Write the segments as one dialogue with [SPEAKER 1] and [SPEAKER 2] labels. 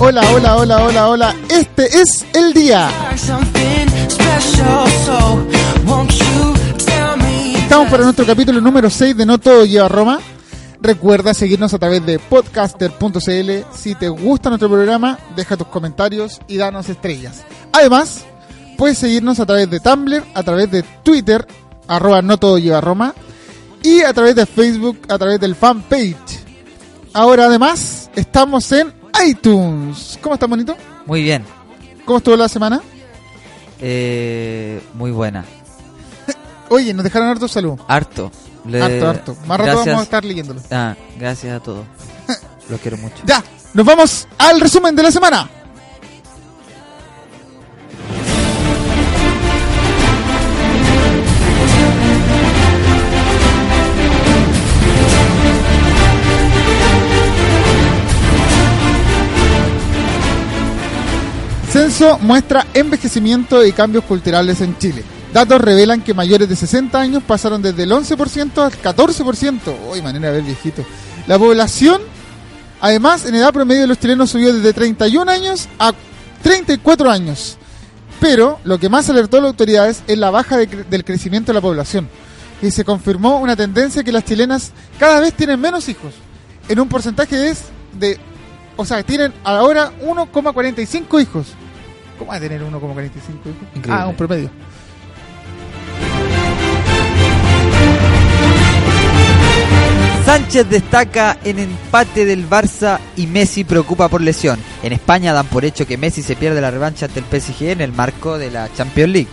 [SPEAKER 1] Hola, hola, hola, hola, hola. Este es el día.
[SPEAKER 2] Então,
[SPEAKER 1] Estamos para nuestro capítulo número 6 de No Todo Lleva a Roma. Recuerda seguirnos a través de podcaster.cl. Si te gusta nuestro programa, deja tus comentarios y danos estrellas. Además, puedes seguirnos a través de Tumblr, a través de Twitter, arroba no todo lleva a Roma, y a través de Facebook, a través del fanpage. Ahora además estamos en iTunes. ¿Cómo está, bonito?
[SPEAKER 3] Muy bien,
[SPEAKER 1] ¿Cómo estuvo la semana?
[SPEAKER 3] eh, muy buena.
[SPEAKER 1] Oye, nos dejaron harto salud.
[SPEAKER 3] Harto. Le-
[SPEAKER 1] Harto, harto. Más rato
[SPEAKER 3] gracias,
[SPEAKER 1] vamos a estar leyéndolo.
[SPEAKER 3] Ah, gracias a todos. Los quiero mucho.
[SPEAKER 1] Ya, nos vamos al resumen de la semana. Censo muestra envejecimiento y cambios culturales en Chile. Datos revelan que mayores de 60 años pasaron desde el 11% al 14%. Uy, manera de ver viejito. La población Además, en edad promedio de los chilenos subió desde 31 años a 34 años. Pero lo que más alertó a las autoridades es la baja de cre- del crecimiento de la población. Y se confirmó una tendencia que las chilenas cada vez tienen menos hijos. En un porcentaje de... de o sea, tienen ahora 1,45 hijos. ¿Cómo va a tener 1,45 hijos?
[SPEAKER 3] Increíble.
[SPEAKER 1] Ah, un promedio.
[SPEAKER 3] Sánchez destaca en empate del Barça y Messi preocupa por lesión. En España dan por hecho que Messi se pierde la revancha ante el PSG en el marco de la Champions League.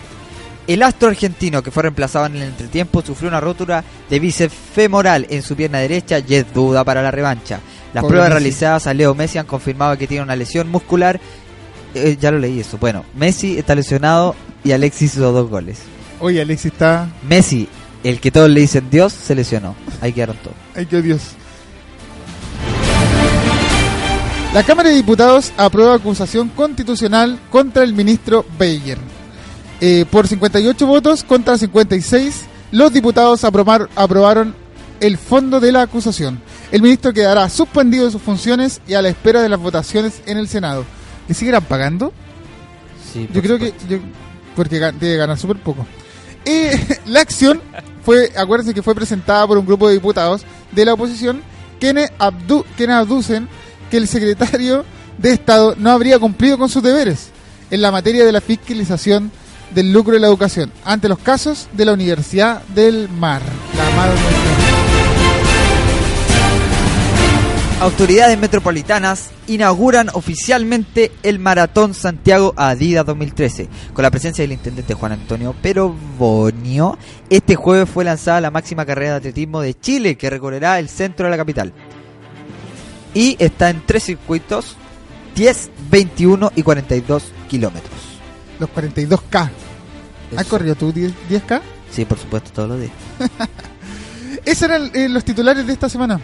[SPEAKER 3] El astro argentino que fue reemplazado en el entretiempo sufrió una rotura de bíceps femoral en su pierna derecha y es duda para la revancha. Las
[SPEAKER 1] Pobre
[SPEAKER 3] pruebas
[SPEAKER 1] Messi.
[SPEAKER 3] realizadas a Leo Messi han confirmado que tiene una lesión muscular. Eh, ya lo leí eso. Bueno, Messi está lesionado y Alexis hizo dos goles.
[SPEAKER 1] Oye, Alexis está...
[SPEAKER 3] Messi, el que todos le dicen Dios, se lesionó. Ahí quedaron todos.
[SPEAKER 1] Ay, qué Dios. La Cámara de Diputados aprueba acusación constitucional contra el ministro Beyer. Eh, por 58 votos contra 56, los diputados aprobar- aprobaron el fondo de la acusación. El ministro quedará suspendido de sus funciones y a la espera de las votaciones en el Senado. ¿Le seguirán pagando?
[SPEAKER 3] Sí,
[SPEAKER 1] Yo creo que. yo- porque gan- debe ganar súper poco. Eh, la acción fue, acuérdense que fue presentada por un grupo de diputados de la oposición quienes, abdu- quienes abducen que el secretario de Estado no habría cumplido con sus deberes en la materia de la fiscalización del lucro de la educación ante los casos de la Universidad del Mar. La Mar
[SPEAKER 3] Autoridades metropolitanas inauguran oficialmente el Maratón Santiago Adidas 2013. Con la presencia del intendente Juan Antonio Perobonio, este jueves fue lanzada la máxima carrera de atletismo de Chile que recorrerá el centro de la capital. Y está en tres circuitos, 10, 21 y 42 kilómetros.
[SPEAKER 1] los 42K. ¿Has
[SPEAKER 3] Eso-
[SPEAKER 1] corrido tú 10- 10K?
[SPEAKER 3] Sí, por supuesto, todos los días.
[SPEAKER 1] Esos eran eh, los titulares de esta semana.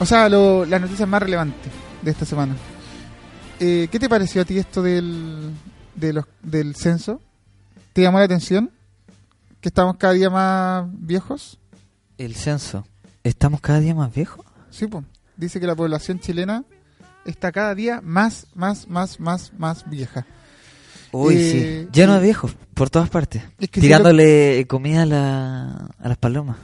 [SPEAKER 1] O sea, lo- las noticias más relevantes de esta semana. Eh, ¿Qué te pareció a ti esto del, de los- del censo? ¿Te llamó la atención? ¿Que estamos cada día más viejos?
[SPEAKER 3] El censo. ¿Estamos cada día más viejos?
[SPEAKER 1] Sí, po. dice que la población chilena está cada día más, más, más, más, más vieja.
[SPEAKER 3] Uy,
[SPEAKER 1] Eh,
[SPEAKER 3] sí. Lleno de
[SPEAKER 1] eh.
[SPEAKER 3] viejos, por todas partes.
[SPEAKER 1] Es que
[SPEAKER 3] Tirándole comida a, la- a las palomas.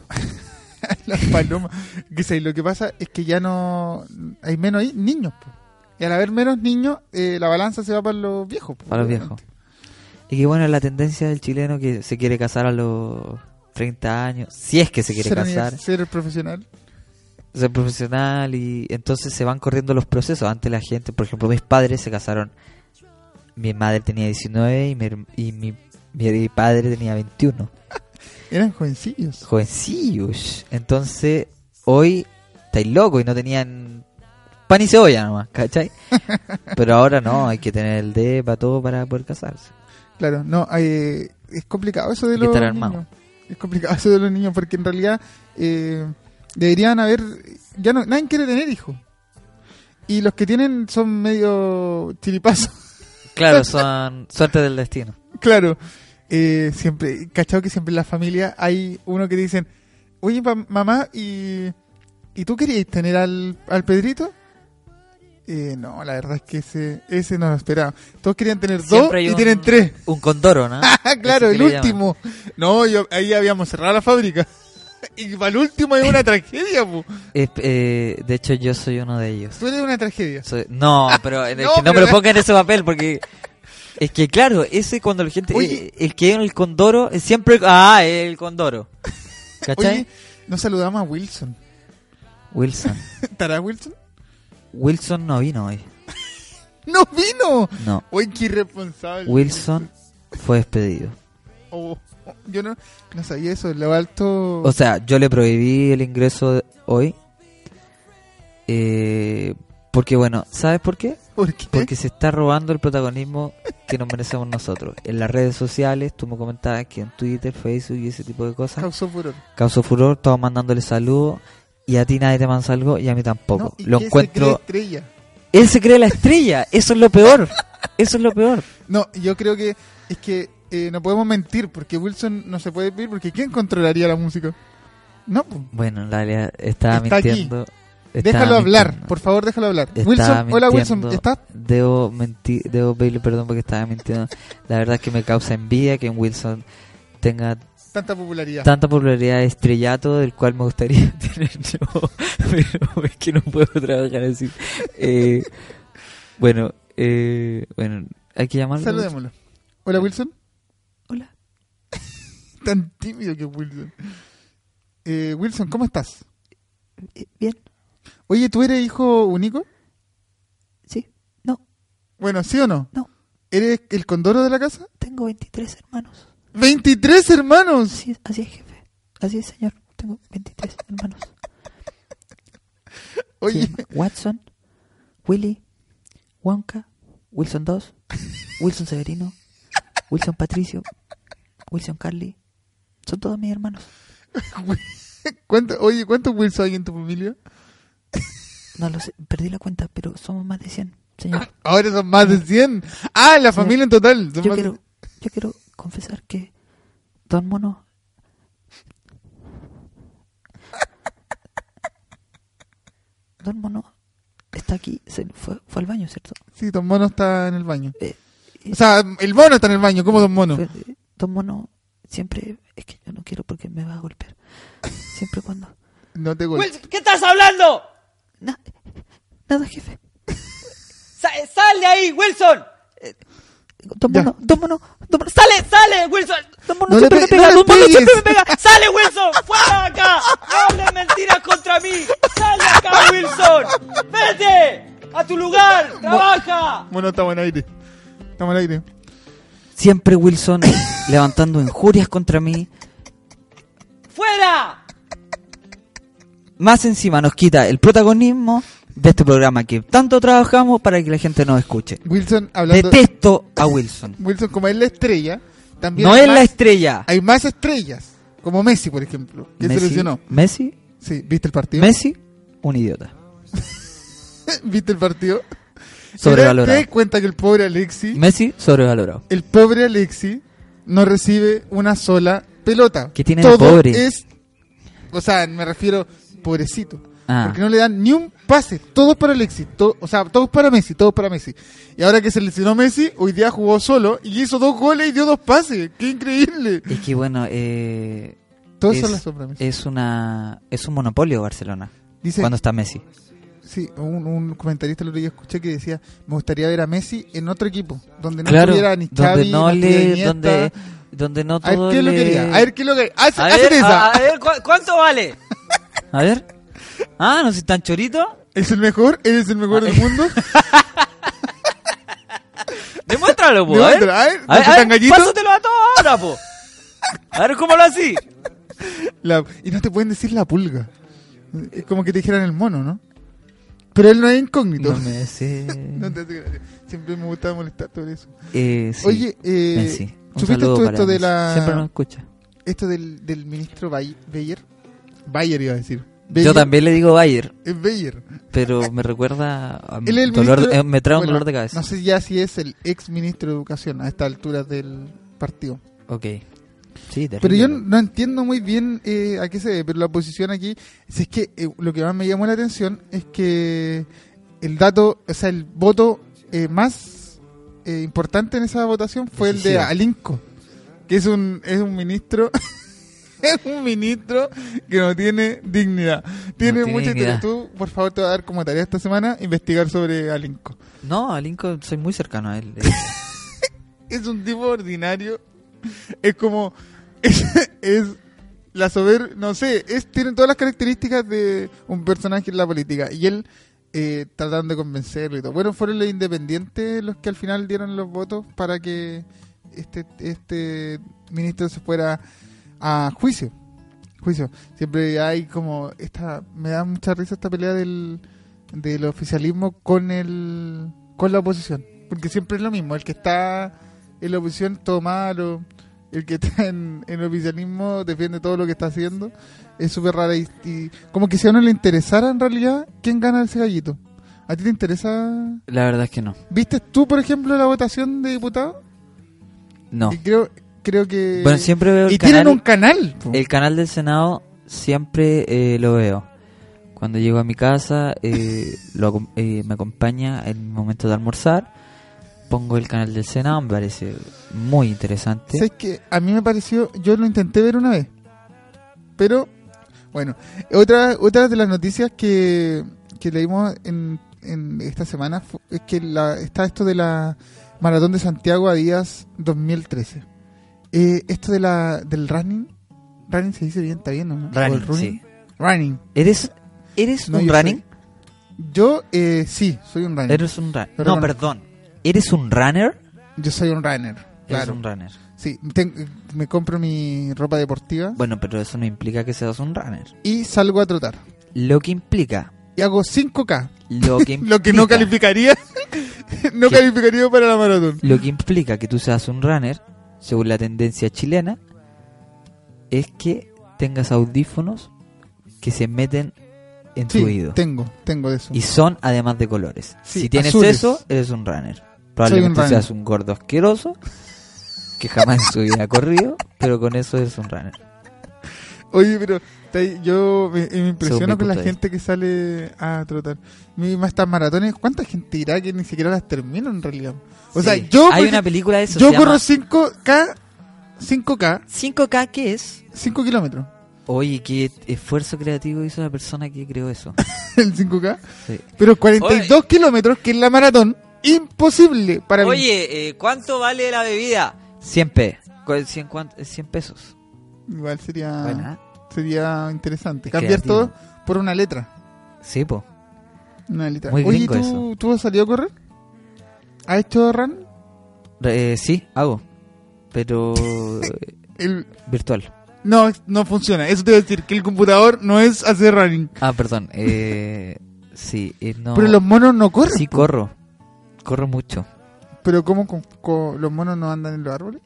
[SPEAKER 1] Las palomas. Que sé, lo que pasa es que ya no hay menos ahí niños. po. Y al haber menos niños, eh, la balanza se va para los viejos. po,
[SPEAKER 3] Para los
[SPEAKER 1] obviamente.
[SPEAKER 3] viejos. Y que bueno, la tendencia del chileno que se quiere casar a los 30 años, si es que se quiere
[SPEAKER 1] ser
[SPEAKER 3] casar,
[SPEAKER 1] univers- ser profesional.
[SPEAKER 3] ser profesional y entonces se van corriendo los procesos. Antes la gente, por ejemplo, mis padres se casaron, mi madre tenía 19 y mi, herm- y mi, mi padre tenía 21.
[SPEAKER 1] Eran jovencillos.
[SPEAKER 3] Jovencillos. Entonces, hoy estáis locos y no tenían pan y cebolla nomás, ¿cachai? Pero ahora no, hay que tener el D para todo para poder casarse.
[SPEAKER 1] Claro, no, eh, es complicado eso de
[SPEAKER 3] Hay que
[SPEAKER 1] los
[SPEAKER 3] estar
[SPEAKER 1] niños.
[SPEAKER 3] armado.
[SPEAKER 1] Es complicado eso de los niños porque en realidad eh, deberían haber. Ya no, nadie quiere tener hijos. Y los que tienen son medio chiripazos.
[SPEAKER 3] Claro, son suerte del destino.
[SPEAKER 1] claro, eh, siempre, cachado que siempre en la familia hay uno que dicen: Oye, pa- mamá, ¿y, ¿y tú querías tener al, al Pedrito? Eh, no, la verdad es que ese, ese no lo esperaba. Todos querían tener dos
[SPEAKER 3] Siempre hay
[SPEAKER 1] y
[SPEAKER 3] un-
[SPEAKER 1] tienen tres.
[SPEAKER 3] Un condoro, ¿no?
[SPEAKER 1] Ah, claro,
[SPEAKER 3] Ese
[SPEAKER 1] el
[SPEAKER 3] que le llaman.
[SPEAKER 1] último. No, yo, ahí habíamos cerrado la fábrica. Y para el último es una tragedia, pu.
[SPEAKER 3] Es- eh, de hecho, yo soy uno de ellos.
[SPEAKER 1] Tú eres una tragedia.
[SPEAKER 3] Soy- no, pero en el
[SPEAKER 1] No,
[SPEAKER 3] que no me
[SPEAKER 1] pero-
[SPEAKER 3] lo ponga en ese papel porque... Es que claro, ese cuando la gente...
[SPEAKER 1] Oye.
[SPEAKER 3] eh, el que en el condoro, es siempre... Ah, el condoro. ¿Cachai?
[SPEAKER 1] Oye, no saludamos a Wilson.
[SPEAKER 3] Wilson.
[SPEAKER 1] ¿Estará Wilson?
[SPEAKER 3] Wilson no vino hoy.
[SPEAKER 1] ¡No vino!
[SPEAKER 3] No.
[SPEAKER 1] Uy, qué irresponsable.
[SPEAKER 3] Wilson fue despedido.
[SPEAKER 1] Oh, oh, yo no, no sabía eso, lo alto.
[SPEAKER 3] O sea, yo le prohibí el ingreso de- hoy. Eh, porque bueno, ¿sabes por qué?
[SPEAKER 1] ¿Por qué?
[SPEAKER 3] Porque se está robando el protagonismo que nos merecemos nosotros. En las redes sociales, tú me comentabas que en Twitter, Facebook y ese tipo de cosas
[SPEAKER 1] causó furor.
[SPEAKER 3] causó furor, todos mandándole saludos. Y a ti nadie te manda saludos y a mí
[SPEAKER 1] No,
[SPEAKER 3] tampoco.
[SPEAKER 1] ¿y
[SPEAKER 3] Lo
[SPEAKER 1] qué se
[SPEAKER 3] encuentro.
[SPEAKER 1] cree estrella.
[SPEAKER 3] Él se cree la estrella, eso es lo peor. Eso es lo peor.
[SPEAKER 1] No, yo creo que es que eh, no podemos mentir porque Wilson no se puede pedir porque ¿quién controlaría la música? No, pu.
[SPEAKER 3] Bueno, en realidad estaba
[SPEAKER 1] Está aquí.
[SPEAKER 3] mintiendo. estaba
[SPEAKER 1] déjalo hablar,
[SPEAKER 3] mintiendo.
[SPEAKER 1] por favor, déjalo hablar.
[SPEAKER 3] Estaba
[SPEAKER 1] Wilson, hola Wilson,
[SPEAKER 3] mintiendo.
[SPEAKER 1] ¿estás?
[SPEAKER 3] Debo mentir, debo pedirle perdón porque estaba mintiendo. La verdad es que me causa envidia que Wilson tenga
[SPEAKER 1] Tanta popularidad.
[SPEAKER 3] tanta popularidad de estrellato del cual me gustaría tener yo, pero es que no puedo trabajar así. Eh, bueno, eh, bueno, hay que llamarlo.
[SPEAKER 1] Saludémoslo. Hola Wilson,
[SPEAKER 3] Hola.
[SPEAKER 1] tan tímido que es Wilson. Eh, Wilson, ¿cómo estás?
[SPEAKER 3] Eh, Bien,
[SPEAKER 1] Oye, ¿tú eres hijo único?
[SPEAKER 3] sí. No,
[SPEAKER 1] Bueno, ¿sí o no?
[SPEAKER 3] No.
[SPEAKER 1] ¿Eres el condoro de la casa?
[SPEAKER 3] tengo 23 hermanos.
[SPEAKER 1] ¡23 hermanos!
[SPEAKER 3] Así, así es, jefe. Así es, señor. Tengo 23 hermanos.
[SPEAKER 1] Oye,
[SPEAKER 3] Se llama Watson, Willy, Wonka, Wilson 2, Wilson Severino, Wilson Patricio, Wilson Carly. Son todos mis hermanos.
[SPEAKER 1] ¿cuánto- oye, ¿cuántos Wilson hay en tu familia?
[SPEAKER 3] No lo sé, perdí la cuenta, pero somos más de 100, señor.
[SPEAKER 1] Ahora son más de 100. Ah, la familia en total. son
[SPEAKER 3] Yo
[SPEAKER 1] más de-
[SPEAKER 3] quiero, yo quiero confesar que Don Mono... Don Mono está aquí, se fue, fue al baño, ¿cierto?
[SPEAKER 1] Sí, Don Mono está en el baño.
[SPEAKER 3] Eh, eh,
[SPEAKER 1] O sea, el mono está en el baño, ¿cómo Don Mono?
[SPEAKER 3] Fue- eh, Don Mono siempre. Es que yo no quiero porque me va a golpear. Siempre cuando.
[SPEAKER 1] No te golpes.
[SPEAKER 4] Wilson, ¿qué estás hablando?
[SPEAKER 3] Na- nada, jefe.
[SPEAKER 4] Sa- ¡Sal de ahí, Wilson!
[SPEAKER 3] Don
[SPEAKER 1] Ya.
[SPEAKER 3] Mono, Don Mono, Don Mono, sal.
[SPEAKER 4] ¡Sale, sale, Wilson!
[SPEAKER 3] Don Mono
[SPEAKER 1] No le
[SPEAKER 3] siempre me
[SPEAKER 1] pe-
[SPEAKER 3] pega,
[SPEAKER 1] no le
[SPEAKER 3] Don Mono siempre
[SPEAKER 1] pegues.
[SPEAKER 3] me pega.
[SPEAKER 4] ¡Sale, Wilson! ¡Fuera de acá! ¡No hables mentiras contra mí! ¡Sal de acá, Wilson! ¡Vete! ¡A tu lugar! ¡Trabaja!
[SPEAKER 1] Bueno, estamos en aire. Estamos en aire.
[SPEAKER 3] Siempre Wilson levantando injurias contra mí.
[SPEAKER 4] ¡Fuera!
[SPEAKER 3] Más encima nos quita el protagonismo de este programa que tanto trabajamos para que la gente nos escuche.
[SPEAKER 1] Wilson, hablando.
[SPEAKER 3] Detesto a Wilson.
[SPEAKER 1] Wilson, como es la estrella, también.
[SPEAKER 3] No
[SPEAKER 1] hay
[SPEAKER 3] es la
[SPEAKER 1] más-
[SPEAKER 3] estrella.
[SPEAKER 1] Hay más estrellas. Como Messi, por ejemplo. Que se
[SPEAKER 3] Messi,
[SPEAKER 1] lesionó.
[SPEAKER 3] Messi,
[SPEAKER 1] Sí, ¿viste el partido?
[SPEAKER 3] Messi, un idiota.
[SPEAKER 1] ¿Viste el partido? Mira, ¿Te
[SPEAKER 3] Sobrevalorado.
[SPEAKER 1] das cuenta que el pobre Alexi,
[SPEAKER 3] Messi, sobrevalorado.
[SPEAKER 1] el pobre Alexi, no recibe una sola pelota?
[SPEAKER 3] ¿Qué tiene de
[SPEAKER 1] Todo
[SPEAKER 3] pobre?
[SPEAKER 1] es. O sea, me refiero, pobrecito.
[SPEAKER 3] Ah.
[SPEAKER 1] Porque no le dan ni un pase. Todos para Alexis. to- o sea, todos para Messi, todos para Messi. Y ahora que se lesionó Messi, hoy día jugó solo y hizo dos goles y dio dos pases. ¡Qué increíble!
[SPEAKER 3] Es que bueno, eh,
[SPEAKER 1] Todo
[SPEAKER 3] es,
[SPEAKER 1] eso la sombra, Messi.
[SPEAKER 3] es una es un monopolio Barcelona
[SPEAKER 1] Dice,
[SPEAKER 3] eh, cuando está Messi.
[SPEAKER 1] sí, un, un comentarista el otro día escuché que decía, me gustaría ver a Messi en otro equipo, donde no
[SPEAKER 3] claro,
[SPEAKER 1] tuviera ni
[SPEAKER 3] donde
[SPEAKER 1] Xavi,
[SPEAKER 3] no
[SPEAKER 1] tuviera
[SPEAKER 3] le
[SPEAKER 1] Iniesta.
[SPEAKER 3] donde donde no
[SPEAKER 1] A ver
[SPEAKER 3] todo
[SPEAKER 1] qué es lo
[SPEAKER 3] le-
[SPEAKER 1] que quería, a ver qué es lo que haz-
[SPEAKER 3] A
[SPEAKER 1] hacen
[SPEAKER 3] ver,
[SPEAKER 1] esa.
[SPEAKER 4] A ver, ¿cu- ¿cuánto vale?
[SPEAKER 3] A ver. Ah, no si tan chorito.
[SPEAKER 1] ¿Es el mejor? ¿Eres el mejor
[SPEAKER 3] Ah,
[SPEAKER 1] del mundo?
[SPEAKER 4] Demuéstralo, po. A ver,
[SPEAKER 1] Leandro, a ver,
[SPEAKER 4] a ver,
[SPEAKER 1] ¿no
[SPEAKER 4] a
[SPEAKER 1] tan
[SPEAKER 4] ver
[SPEAKER 1] gallito?
[SPEAKER 4] pásatelo a todos ahora, po. A ver cómo lo así.
[SPEAKER 1] La- y no te pueden decir la pulga. Es como que te dijeran el mono, ¿no? Pero él no es incógnito.
[SPEAKER 3] No me sé.
[SPEAKER 1] No te hace gracia. Siempre me gustaba molestar por eso.
[SPEAKER 3] Eh, sí,
[SPEAKER 1] Oye, eh,
[SPEAKER 3] Messi. Un
[SPEAKER 1] ¿supiste
[SPEAKER 3] saludo
[SPEAKER 1] tú
[SPEAKER 3] para
[SPEAKER 1] esto, de
[SPEAKER 3] Messi. Siempre nos
[SPEAKER 1] la,
[SPEAKER 3] escucha.
[SPEAKER 1] esto del, del ministro Bay- Bayer? Bayer iba a decir.
[SPEAKER 3] Yo
[SPEAKER 1] Bayer-
[SPEAKER 3] también le digo Bayer,
[SPEAKER 1] Es Bayer.
[SPEAKER 3] pero me recuerda a
[SPEAKER 1] Él es el
[SPEAKER 3] dolor de-
[SPEAKER 1] ministro-
[SPEAKER 3] eh, me trae
[SPEAKER 1] bueno,
[SPEAKER 3] un dolor de cabeza.
[SPEAKER 1] No sé ya si es el ex ministro de Educación a esta altura del partido.
[SPEAKER 3] Ok. Sí,
[SPEAKER 1] Pero
[SPEAKER 3] terrible.
[SPEAKER 1] yo no entiendo muy bien eh, a qué se debe, pero la oposición aquí, si es que eh, lo que más me llamó la atención es que el dato, o sea, el voto eh, más eh, importante en esa votación fue el de
[SPEAKER 3] Decisivo.
[SPEAKER 1] Alinco, que es un, es un ministro. Es un ministro que no tiene dignidad. Tiene
[SPEAKER 3] tiene
[SPEAKER 1] mucha dignidad.
[SPEAKER 3] dignidad.
[SPEAKER 1] Tú, por favor, te voy a dar como tarea esta semana investigar sobre Alinco.
[SPEAKER 3] No, a Lincoln soy muy cercano a él. Eh,
[SPEAKER 1] es un tipo ordinario. Es como. Es, es la sober. No sé, es, tiene todas las características de un personaje en la política. Y él eh, tratando de convencerlo y todo. Bueno, fueron los independientes los que al final dieron los votos para que este, este ministro se fuera a juicio. Juicio. Siempre hay como. esta Me da mucha risa esta pelea del, del oficialismo con, el, con la oposición. Porque siempre es lo mismo. El que está en la oposición todo malo, el que está en, en el oficialismo defiende todo lo que está haciendo, es súper raro y, y como que si a uno le interesara en realidad quién gana ese gallito. ¿A ti te interesa?
[SPEAKER 3] La verdad es que no.
[SPEAKER 1] ¿Viste tú, por ejemplo, la votación de diputados?
[SPEAKER 3] No.
[SPEAKER 1] Y creo, creo que...
[SPEAKER 3] Bueno, siempre veo el
[SPEAKER 1] Eh, y tienen
[SPEAKER 3] canal,
[SPEAKER 1] un canal. po.
[SPEAKER 3] el canal del Senado, siempre eh, lo veo. Cuando llego a mi casa, eh, lo acom- eh, me acompaña en el momento de almorzar. Pongo el canal del Senado, me parece muy interesante.
[SPEAKER 1] ¿Sabes qué? A mí me pareció, yo lo intenté ver una vez, pero bueno, otra, otra de las noticias que, que leímos en, en esta semana fu- es que la- está esto de la Maratón de Santiago a días 2013. Eh, esto de la, del running, running se dice bien, está bien, ¿o ¿no? ¿O el running.
[SPEAKER 3] sí.
[SPEAKER 1] Running.
[SPEAKER 3] ¿Eres, eres
[SPEAKER 1] No,
[SPEAKER 3] un
[SPEAKER 1] yo
[SPEAKER 3] running?
[SPEAKER 1] Yo eh, sí, soy un runner.
[SPEAKER 3] Eres un runner.
[SPEAKER 1] Perdón.
[SPEAKER 3] No, perdón. ¿Eres un runner?
[SPEAKER 1] Yo soy un runner.
[SPEAKER 3] Eres
[SPEAKER 1] Claro.
[SPEAKER 3] un runner.
[SPEAKER 1] Sí, ten- me compro mi ropa deportiva
[SPEAKER 3] Bueno, pero eso no implica que seas un runner.
[SPEAKER 1] y salgo a trotar.
[SPEAKER 3] Lo que implica.
[SPEAKER 1] Y hago 5K.
[SPEAKER 3] Lo que, implica
[SPEAKER 1] Lo que no calificaría, no
[SPEAKER 3] ¿Qué?
[SPEAKER 1] calificaría para la maratón.
[SPEAKER 3] Lo que implica que tú seas un runner, según la tendencia chilena, es que tengas audífonos que se meten en tu
[SPEAKER 1] Sí,
[SPEAKER 3] oído.
[SPEAKER 1] tengo, tengo de eso.
[SPEAKER 3] Y son además de colores.
[SPEAKER 1] Sí,
[SPEAKER 3] si tienes
[SPEAKER 1] azules.
[SPEAKER 3] eso, eres un runner. Probablemente
[SPEAKER 1] runner.
[SPEAKER 3] seas un gordo asqueroso que jamás en su vida ha corrido, pero con eso eres un runner.
[SPEAKER 1] Oye, pero está ahí, yo me, me
[SPEAKER 3] Según mi
[SPEAKER 1] impresiono con la
[SPEAKER 3] punto de
[SPEAKER 1] gente que sale a trotar. Mi- Más estas maratones, ¿cuánta gente irá que ni siquiera las termina en realidad? O sea,
[SPEAKER 3] Sí.
[SPEAKER 1] yo, por
[SPEAKER 3] Hay una
[SPEAKER 1] ejemplo,
[SPEAKER 3] película de eso.
[SPEAKER 1] yo
[SPEAKER 3] se
[SPEAKER 1] corro
[SPEAKER 3] llama
[SPEAKER 1] 5K, 5K,
[SPEAKER 3] 5K, ¿qué es?
[SPEAKER 1] 5 kilómetros.
[SPEAKER 3] Oye, qué esfuerzo creativo hizo la persona que creó eso.
[SPEAKER 1] El 5K.
[SPEAKER 3] Sí.
[SPEAKER 1] Pero 42 kilómetros, que es la maratón, imposible para mí.
[SPEAKER 3] Oye, eh, ¿cuánto vale la bebida? 100 p. ¿Cuál- 100, cuánto? Eh, 100 pesos.
[SPEAKER 1] Igual sería,
[SPEAKER 3] Buena.
[SPEAKER 1] sería interesante.
[SPEAKER 3] Es
[SPEAKER 1] Cambiar
[SPEAKER 3] creativo.
[SPEAKER 1] todo por una letra.
[SPEAKER 3] Sí, po.
[SPEAKER 1] Una alita.
[SPEAKER 3] Muy
[SPEAKER 1] Oye,
[SPEAKER 3] gringo
[SPEAKER 1] ¿tú, ¿tú has salido a correr? ¿Has hecho run?
[SPEAKER 3] Re- eh, sí, hago. Pero eh,
[SPEAKER 1] El...
[SPEAKER 3] virtual.
[SPEAKER 1] No, no funciona. Eso te voy a decir, que el computador no es hacer running.
[SPEAKER 3] Ah, perdón. Eh, sí, eh, no.
[SPEAKER 1] Pero los monos no corren.
[SPEAKER 3] Sí, corro. Corro mucho.
[SPEAKER 1] ¿Pero cómo con- con- los monos no andan en los árboles?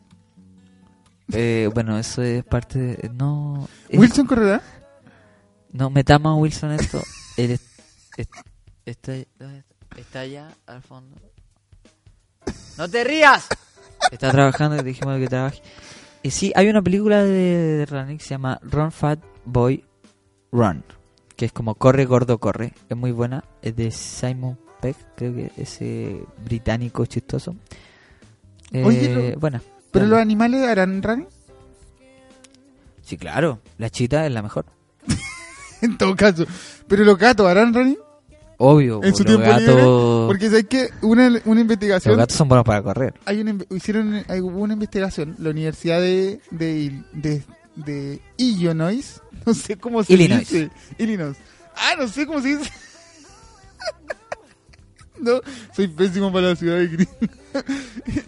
[SPEAKER 3] Eh, bueno, eso es parte de... No, es-
[SPEAKER 1] ¿Wilson correrá?
[SPEAKER 3] no metamos a Wilson esto. Él es- es- está, ¿dónde está? Está allá al fondo.
[SPEAKER 4] ¡No te rías!
[SPEAKER 3] Está trabajando y dijimos que trabaje. Y sí, hay una película de, de running que se llama Run Fat Boy Run, que es como Corre Gordo Corre. Es muy buena, es de Simon Peck, creo que ese británico chistoso. Eh,
[SPEAKER 1] Oye, lo-
[SPEAKER 3] buena.
[SPEAKER 1] ¿Pero
[SPEAKER 3] Dale.
[SPEAKER 1] los animales harán running?
[SPEAKER 3] Sí, claro, la chita es la mejor.
[SPEAKER 1] En todo caso. ¿Pero los gatos harán running?
[SPEAKER 3] Obvio,
[SPEAKER 1] ¿En
[SPEAKER 3] po,
[SPEAKER 1] su
[SPEAKER 3] Oh, los
[SPEAKER 1] tiempo
[SPEAKER 3] gatos-
[SPEAKER 1] libre? Porque sabes que una, una
[SPEAKER 3] los
[SPEAKER 1] investigación
[SPEAKER 3] gatos son buenos para correr.
[SPEAKER 1] hay una, inve- hicieron hay- hubo una investigación la universidad de de, Il- de- de Illinois no sé cómo se
[SPEAKER 3] Illinois.
[SPEAKER 1] dice Illinois ah no sé cómo se dice no soy pésimo para la ciudad de Green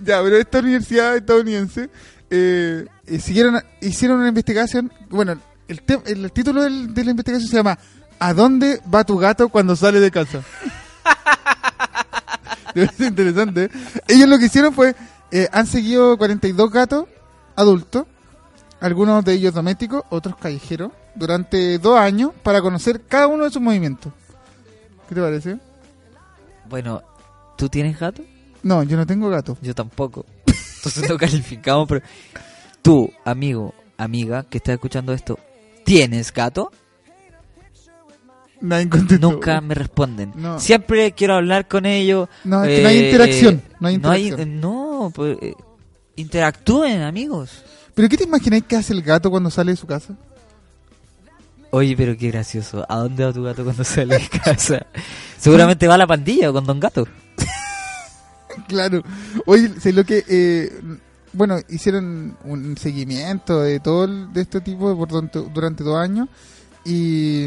[SPEAKER 1] ya pero esta universidad estadounidense eh, eh, siguieron a- hicieron una investigación bueno el, te- el título del- de la investigación se llama ¿A dónde va tu gato cuando sale de casa? es interesante. Ellos lo que hicieron fue, eh, han seguido 42 gatos adultos, algunos de ellos domésticos, otros callejeros, durante dos años para conocer cada uno de sus movimientos. ¿Qué te parece?
[SPEAKER 3] Bueno, ¿tú tienes gato?
[SPEAKER 1] No, yo no tengo gato.
[SPEAKER 3] Yo tampoco. Entonces no calificamos, pero tú, amigo, amiga, que estás escuchando esto, ¿tienes gato?
[SPEAKER 1] Nadie contestó.
[SPEAKER 3] Nunca me responden.
[SPEAKER 1] No.
[SPEAKER 3] Siempre quiero hablar con ellos. Eh,
[SPEAKER 1] No, es que no hay interacción, no hay interacción.
[SPEAKER 3] no, pues, eh, interactúen, amigos.
[SPEAKER 1] ¿Pero qué te imagináis que hace el gato cuando sale de su casa?
[SPEAKER 3] Oye, pero qué gracioso. ¿A dónde va tu gato cuando sale de casa? Seguramente va a la pandilla con Don Gato.
[SPEAKER 1] Claro. Oye, sé lo que. eh, bueno, hicieron un seguimiento de todo el- de este tipo por durante, durante dos años. Y.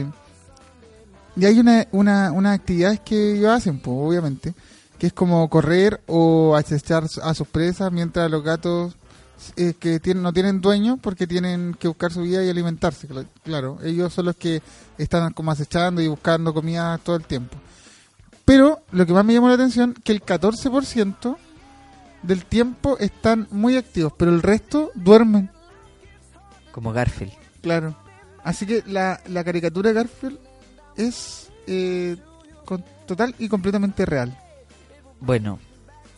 [SPEAKER 1] Y hay una, una, unas actividades que ellos hacen, pues, obviamente. Que es como correr o acechar a sus presas mientras los gatos. eh, que tienen, no tienen dueño porque tienen que buscar su vida y alimentarse. cla- Claro, ellos son los que están como acechando y buscando comida todo el tiempo. Pero lo que más me llamó la atención que el 14% del tiempo están muy activos, pero el resto duermen.
[SPEAKER 3] Como Garfield.
[SPEAKER 1] Claro. Así que la, la caricatura de Garfield es eh, con- total y completamente real.
[SPEAKER 3] Bueno,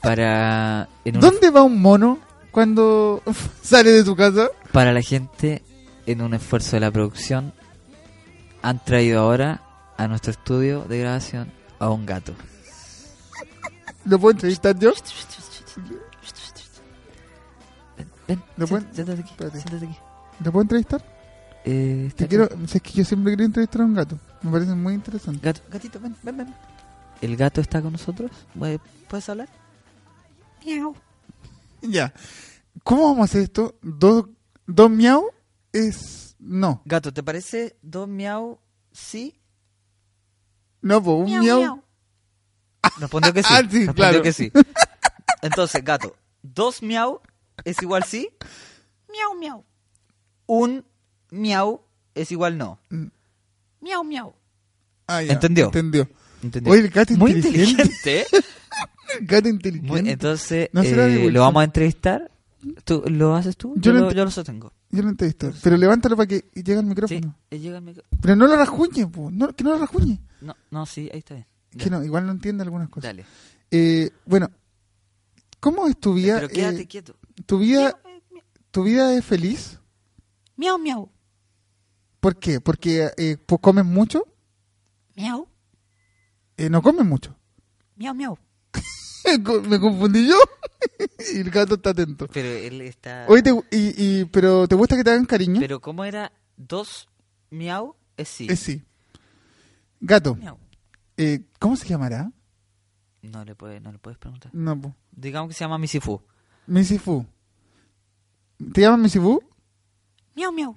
[SPEAKER 3] para. en una-
[SPEAKER 1] ¿Dónde va un mono cuando sale de tu casa?
[SPEAKER 3] para la gente, en un esfuerzo de la producción, han traído ahora a nuestro estudio de grabación a un gato.
[SPEAKER 1] ¿Lo puedo entrevistar yo?
[SPEAKER 3] Ven, ven,
[SPEAKER 1] ¿Lo pueden-
[SPEAKER 3] siéntate aquí,
[SPEAKER 1] espérate.
[SPEAKER 3] siéntate aquí.
[SPEAKER 1] ¿Lo puedo entrevistar?
[SPEAKER 3] Eh, está
[SPEAKER 1] Te
[SPEAKER 3] acá.
[SPEAKER 1] quiero, si es que yo siempre quería entrevistar a un gato. Me parece muy interesante.
[SPEAKER 3] Gato, gatito, ven, ven, ven. ¿El gato está con nosotros? ¿Puede- ¿Puedes hablar?
[SPEAKER 1] Ya. ¿Cómo vamos a hacer esto? ¿Dos, dos miau? Es... No.
[SPEAKER 3] Gato, ¿te parece dos miau sí?
[SPEAKER 1] No, pues un miau.
[SPEAKER 3] Respondió que sí.
[SPEAKER 1] Ah, sí,
[SPEAKER 3] respondió
[SPEAKER 1] claro.
[SPEAKER 3] que sí. Entonces, gato, dos miau es igual sí.
[SPEAKER 5] Miau, miau.
[SPEAKER 3] Un miau es igual no.
[SPEAKER 5] Miau, miau.
[SPEAKER 1] Ah, ya.
[SPEAKER 3] ¿Entendió?
[SPEAKER 1] Entendió.
[SPEAKER 3] ¿Entendió?
[SPEAKER 1] Oye, el gato
[SPEAKER 3] Muy
[SPEAKER 1] inteligente.
[SPEAKER 3] inteligente.
[SPEAKER 1] El gato inteligente.
[SPEAKER 3] Muy- entonces,
[SPEAKER 1] No será
[SPEAKER 3] eh,
[SPEAKER 1] de Wilson.
[SPEAKER 3] lo vamos a entrevistar. ¿Tú, ¿Lo haces tú?
[SPEAKER 1] Yo
[SPEAKER 3] Yo,
[SPEAKER 1] lo
[SPEAKER 3] lo,
[SPEAKER 1] ent-
[SPEAKER 3] yo lo sostengo.
[SPEAKER 1] Yo lo entrevisto. Pero levántalo para que llegue al
[SPEAKER 3] Sí,
[SPEAKER 1] micrófono.
[SPEAKER 3] eh, llega el micro-
[SPEAKER 1] Pero no lo rajuñe, po. No, que no lo rajuñe.
[SPEAKER 3] No, no, sí, ahí está bien.
[SPEAKER 1] Es Que no, igual no entiende algunas cosas.
[SPEAKER 3] Dale.
[SPEAKER 1] Eh, bueno, ¿cómo es tu vida?
[SPEAKER 3] Pero quédate
[SPEAKER 1] Eh,
[SPEAKER 3] quieto.
[SPEAKER 1] ¿Tu vida tu vida es feliz?
[SPEAKER 5] Miau, miau.
[SPEAKER 1] ¿Por qué? ¿Porque eh, pues, comes mucho?
[SPEAKER 5] Miau,
[SPEAKER 1] Eh, no comes mucho.
[SPEAKER 5] miau, miau.
[SPEAKER 1] Co- Me confundí yo. y el gato está atento.
[SPEAKER 3] Pero él está...
[SPEAKER 1] Oye, te- y, y- pero ¿te gusta que te hagan cariño?
[SPEAKER 3] Pero ¿cómo era? Dos miau es sí.
[SPEAKER 1] Eh, sí. Gato,
[SPEAKER 3] Miau.
[SPEAKER 1] eh, ¿cómo se llamará?
[SPEAKER 3] No le puedes, no le puedes preguntar.
[SPEAKER 1] No, po.
[SPEAKER 3] Digamos que se llama Misifu.
[SPEAKER 1] Missy Fu. ¿Te llamas Missy Fu?
[SPEAKER 5] Miau, miau.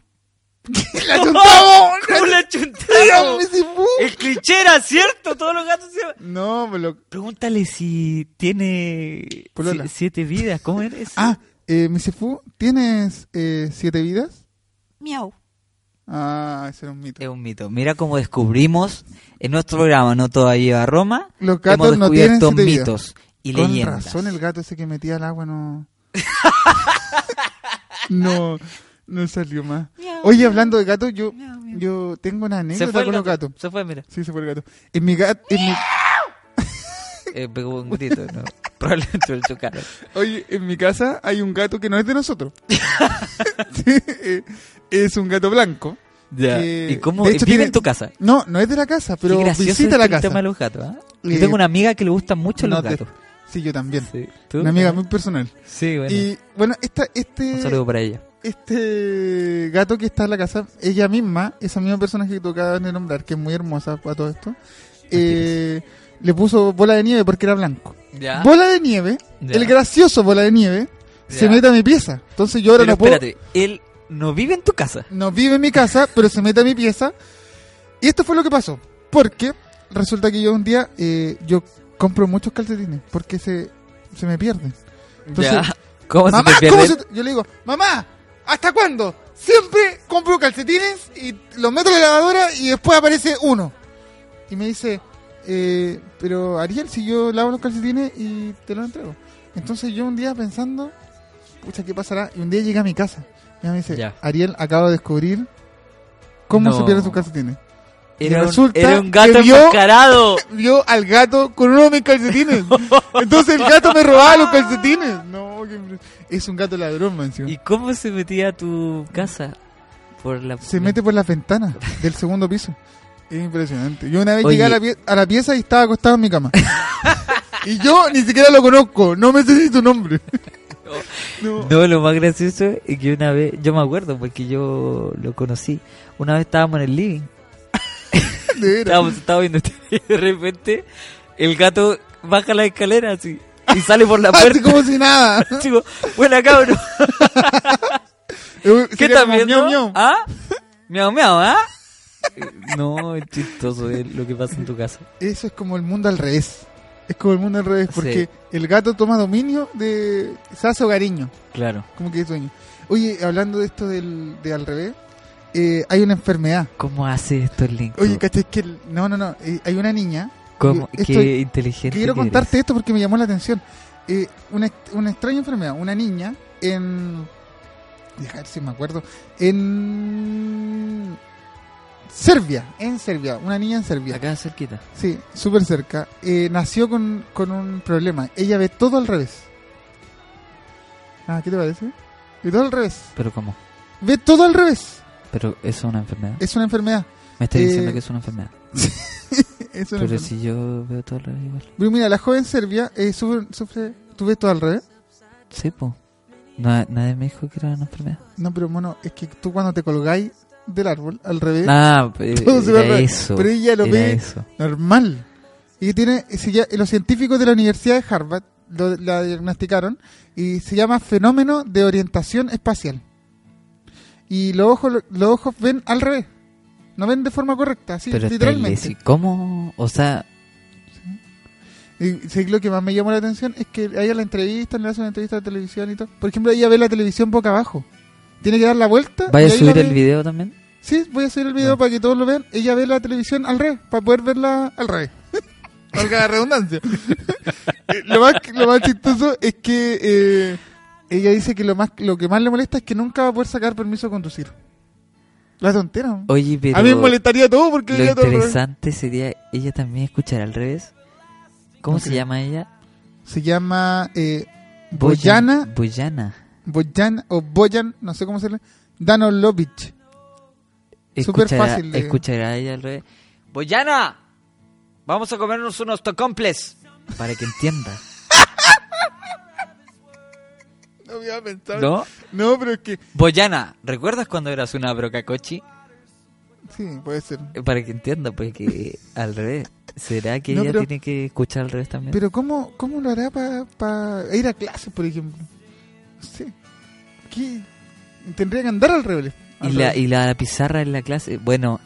[SPEAKER 1] ¡La chuntamos!
[SPEAKER 3] ¿Cómo la
[SPEAKER 1] ¡Te llamas
[SPEAKER 3] chuntamos?
[SPEAKER 1] Missy Fu!
[SPEAKER 3] El cliché era cierto, todos los gatos se llaman-
[SPEAKER 1] No, me lo...
[SPEAKER 3] Pregúntale si tiene
[SPEAKER 1] Polola.
[SPEAKER 3] si- siete vidas, ¿cómo eres?
[SPEAKER 1] Ah, eh, Missy Fu, ¿tienes eh, siete vidas?
[SPEAKER 5] Miau.
[SPEAKER 1] Ah, ese era un mito.
[SPEAKER 3] Es un mito. Mira cómo descubrimos en nuestro programa No Todo lleva a Roma.
[SPEAKER 1] Los gatos
[SPEAKER 3] hemos
[SPEAKER 1] no tienen
[SPEAKER 3] descubierto
[SPEAKER 1] siete vidas.
[SPEAKER 3] mitos y
[SPEAKER 1] Con
[SPEAKER 3] leyendas.
[SPEAKER 1] razón el gato ese que metía al agua no... no, no salió más.
[SPEAKER 5] Miau.
[SPEAKER 1] Oye, hablando de gatos, yo,
[SPEAKER 5] Miau, miau.
[SPEAKER 1] yo tengo una
[SPEAKER 3] se
[SPEAKER 1] anécdota
[SPEAKER 3] fue
[SPEAKER 1] con
[SPEAKER 3] el
[SPEAKER 1] los
[SPEAKER 3] gato.
[SPEAKER 1] gatos.
[SPEAKER 3] Se fue, mira.
[SPEAKER 1] Sí, se fue el gato. En mi gato... en mi-
[SPEAKER 3] Eh, pegó un grito, ¿no? Probablemente lo chocaron.
[SPEAKER 1] Oye, en mi casa hay un gato que no es de nosotros. Sí, eh, es un gato blanco.
[SPEAKER 3] Ya.
[SPEAKER 1] que-
[SPEAKER 3] ¿Y cómo
[SPEAKER 1] de
[SPEAKER 3] eh,
[SPEAKER 1] hecho
[SPEAKER 3] vive
[SPEAKER 1] tiene-
[SPEAKER 3] en tu casa?
[SPEAKER 1] No, no es de la casa, pero
[SPEAKER 3] Qué gracioso
[SPEAKER 1] visita
[SPEAKER 3] este
[SPEAKER 1] la
[SPEAKER 3] el
[SPEAKER 1] casa.
[SPEAKER 3] tema de los gatos. ¿ah? Yo
[SPEAKER 1] Eh,
[SPEAKER 3] tengo una amiga que le gustan mucho los
[SPEAKER 1] no te-
[SPEAKER 3] gatos.
[SPEAKER 1] Sí, yo también.
[SPEAKER 3] Sí. ¿Tú?
[SPEAKER 1] Una amiga muy personal.
[SPEAKER 3] Sí, bueno.
[SPEAKER 1] Y bueno, esta,
[SPEAKER 3] Un
[SPEAKER 1] este,
[SPEAKER 3] saludo para ella.
[SPEAKER 1] este gato que está en la casa, ella misma, esa misma persona que tú acabas de nombrar, que es muy hermosa para todo esto, eh, le puso bola de nieve porque era blanco.
[SPEAKER 3] Ya.
[SPEAKER 1] Bola de nieve,
[SPEAKER 3] Ah. Ya.
[SPEAKER 1] el gracioso bola de nieve, se
[SPEAKER 3] Ya.
[SPEAKER 1] mete a mi pieza. Entonces yo ahora
[SPEAKER 3] Pero
[SPEAKER 1] no puedo...
[SPEAKER 3] espérate, él no vive en tu casa.
[SPEAKER 1] no vive en mi casa, pero se mete a mi pieza. Y esto fue lo que pasó. Porque resulta que yo un día, eh, yo compro muchos calcetines, porque se, se me pierden. Entonces,
[SPEAKER 3] ya. ¿Cómo
[SPEAKER 1] mamá,
[SPEAKER 3] se te
[SPEAKER 1] ¿cómo
[SPEAKER 3] pierde?
[SPEAKER 1] se te-?" Yo le digo, mamá, ¿hasta cuándo? Siempre compro calcetines y los meto en la lavadora y después aparece uno. Y me dice, "Eh, pero Ariel, si yo lavo los calcetines y te los entrego. Entonces yo un día pensando, pucha, ¿qué pasará? Y un día llegué a mi casa. Y ella me dice,
[SPEAKER 3] Ya.
[SPEAKER 1] Ariel, acabo de descubrir cómo
[SPEAKER 3] No.
[SPEAKER 1] se pierden sus calcetines.
[SPEAKER 3] Era, un,
[SPEAKER 1] resulta
[SPEAKER 3] era un
[SPEAKER 1] que
[SPEAKER 3] gato
[SPEAKER 1] vio-
[SPEAKER 3] enmascarado.
[SPEAKER 1] Vio al gato con uno de mis calcetines. Entonces el gato me robaba los calcetines. No, qué- es un gato ladrón, man. encima.
[SPEAKER 3] ¿Y cómo se metía a tu casa? Por la...
[SPEAKER 1] Se mete por las ventanas del segundo piso. Es impresionante. Yo una vez
[SPEAKER 3] Oye.
[SPEAKER 1] llegué a la, pie- a la pieza y estaba acostado en mi cama. y yo ni siquiera lo conozco, no me sé tu nombre.
[SPEAKER 3] No, lo más gracioso es que una vez, yo me acuerdo porque yo lo conocí, una vez estábamos en el living,
[SPEAKER 1] De veras.
[SPEAKER 3] estábamos sentados viendo TV y de repente el gato baja la escalera así y sale por la
[SPEAKER 1] Así
[SPEAKER 3] puerta.
[SPEAKER 1] como si nada.
[SPEAKER 3] Chico, buena cabrón.
[SPEAKER 1] Eh,
[SPEAKER 3] ¿Qué
[SPEAKER 1] sería
[SPEAKER 3] estás
[SPEAKER 1] como
[SPEAKER 3] viendo?
[SPEAKER 1] miau, miau.
[SPEAKER 3] ¿Ah? Miau, miau, ¿ah? No, es chistoso es lo que pasa en tu casa.
[SPEAKER 1] Eso es como el mundo al revés. Es como el mundo al revés,
[SPEAKER 3] Sí.
[SPEAKER 1] porque el gato toma dominio de. se hace hogareño,
[SPEAKER 3] Claro.
[SPEAKER 1] como que es dueño. Oye, hablando de esto del, de al revés, eh, hay una enfermedad.
[SPEAKER 3] ¿Cómo hace esto el link?
[SPEAKER 1] Oye, ¿cachai? Que el- no, no, no. eh, hay una niña.
[SPEAKER 3] ¿Cómo?
[SPEAKER 1] esto-
[SPEAKER 3] Qué inteligente.
[SPEAKER 1] Quiero
[SPEAKER 3] que eres.
[SPEAKER 1] contarte esto porque me llamó la atención. Eh, una, ex- una extraña enfermedad, una niña en. Deja ver si me acuerdo. En. Serbia, en Serbia, una niña en Serbia.
[SPEAKER 3] Acá cerquita.
[SPEAKER 1] Sí, súper cerca. Eh, nació con, con un problema. Ella ve todo al revés. Ah, ¿qué te parece? Ve todo al revés.
[SPEAKER 3] ¿Pero cómo?
[SPEAKER 1] Ve todo al revés.
[SPEAKER 3] ¿Pero eso es una enfermedad?
[SPEAKER 1] Es una enfermedad.
[SPEAKER 3] Me estás
[SPEAKER 1] Eh,
[SPEAKER 3] diciendo que es una enfermedad.
[SPEAKER 1] Es una
[SPEAKER 3] Pero
[SPEAKER 1] enfermedad.
[SPEAKER 3] si yo veo todo al revés igual.
[SPEAKER 1] Pero mira, la joven serbia eh, sufre, sufre- ¿Tú ves todo al revés?
[SPEAKER 3] Sí, po. Na- nadie me dijo que era una enfermedad.
[SPEAKER 1] No, pero mono, es que tú cuando te colgáis del árbol al revés,
[SPEAKER 3] Ah, eh,
[SPEAKER 1] todo se ve al
[SPEAKER 3] era
[SPEAKER 1] revés.
[SPEAKER 3] eso.
[SPEAKER 1] Pero ella lo
[SPEAKER 3] era
[SPEAKER 1] ve
[SPEAKER 3] eso.
[SPEAKER 1] normal. Y tiene, se lla- los científicos de la Universidad de Harvard lo- la diagnosticaron y se llama fenómeno de orientación espacial. Y los ojos, lo- los ojos ven al revés, no ven de forma correcta, así
[SPEAKER 3] Pero estáis
[SPEAKER 1] literalmente.
[SPEAKER 3] lesi- ¿Cómo? O sea,
[SPEAKER 1] Y sí, lo que más me llamó la atención es que a ella la entrevistan, le hacen una entrevista de televisión y todo. Por ejemplo, ella ve la televisión boca abajo. Tiene que dar la vuelta.
[SPEAKER 3] ¿vaya a
[SPEAKER 1] y ahí la
[SPEAKER 3] subir
[SPEAKER 1] ve-
[SPEAKER 3] el video también?
[SPEAKER 1] Sí, voy a subir el video
[SPEAKER 3] Ya.
[SPEAKER 1] para que todos lo vean. Ella ve la televisión al revés, para poder verla al revés. Valga la redundancia. Eh, lo, más, lo más chistoso es que eh, ella dice que lo más lo que más le molesta es que nunca va a poder sacar permiso de conducir. La tontera. ¿no?
[SPEAKER 3] Oye, pero
[SPEAKER 1] a mí me molestaría todo porque
[SPEAKER 3] lo
[SPEAKER 1] ella todo al revés.
[SPEAKER 3] interesante sería ella también escuchar al revés. ¿Cómo
[SPEAKER 1] No
[SPEAKER 3] se
[SPEAKER 1] creo.
[SPEAKER 3] llama ella?
[SPEAKER 1] Se llama eh, Boyana,
[SPEAKER 3] Boyan- Boyana.
[SPEAKER 1] Boyan o Boyan, no sé cómo se llama, Danolovich. Súper
[SPEAKER 3] Escuchar a-
[SPEAKER 1] fácil de-
[SPEAKER 3] Escuchar a ella al revés.
[SPEAKER 4] Boyana, vamos a comernos unos tocomples.
[SPEAKER 3] Para que entienda.
[SPEAKER 1] No había pensado.
[SPEAKER 3] ¿No?
[SPEAKER 1] No, pero es que
[SPEAKER 3] Boyana, ¿recuerdas cuando eras una brocacochi?
[SPEAKER 1] sí, puede ser.
[SPEAKER 3] Eh, Para que entienda, porque al revés. ¿Será que
[SPEAKER 1] No,
[SPEAKER 3] ella
[SPEAKER 1] pero-
[SPEAKER 3] tiene que escuchar al revés también?
[SPEAKER 1] Pero ¿cómo, cómo lo hará para ir a clases, por ejemplo? No sé. ¿Qué? Tendría que andar al revés.
[SPEAKER 3] y,
[SPEAKER 1] al
[SPEAKER 3] la,
[SPEAKER 1] revés.
[SPEAKER 3] y la pizarra en la clase. Bueno,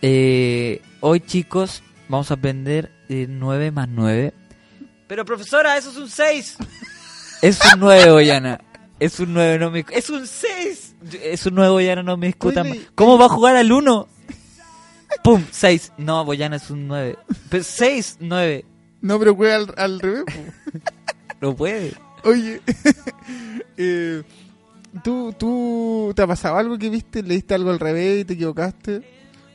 [SPEAKER 3] eh, hoy chicos vamos a aprender eh, 9 más 9.
[SPEAKER 4] Pero profesora, eso es un 6.
[SPEAKER 3] Es un 9, Boyana. Es un 9, no me...
[SPEAKER 4] Es un 6.
[SPEAKER 3] Es un 9, Boyana, no me discutan.
[SPEAKER 1] Oye,
[SPEAKER 3] más. ¿Cómo va a jugar al 1? ¡Pum! 6. No, Boyana es un 9. Pero 6, 9.
[SPEAKER 1] No, pero juega al, al revés. po.
[SPEAKER 3] No puede.
[SPEAKER 1] Oye, eh, ¿tú, ¿tú te ha pasado algo que viste? ¿Leíste algo al revés y te equivocaste?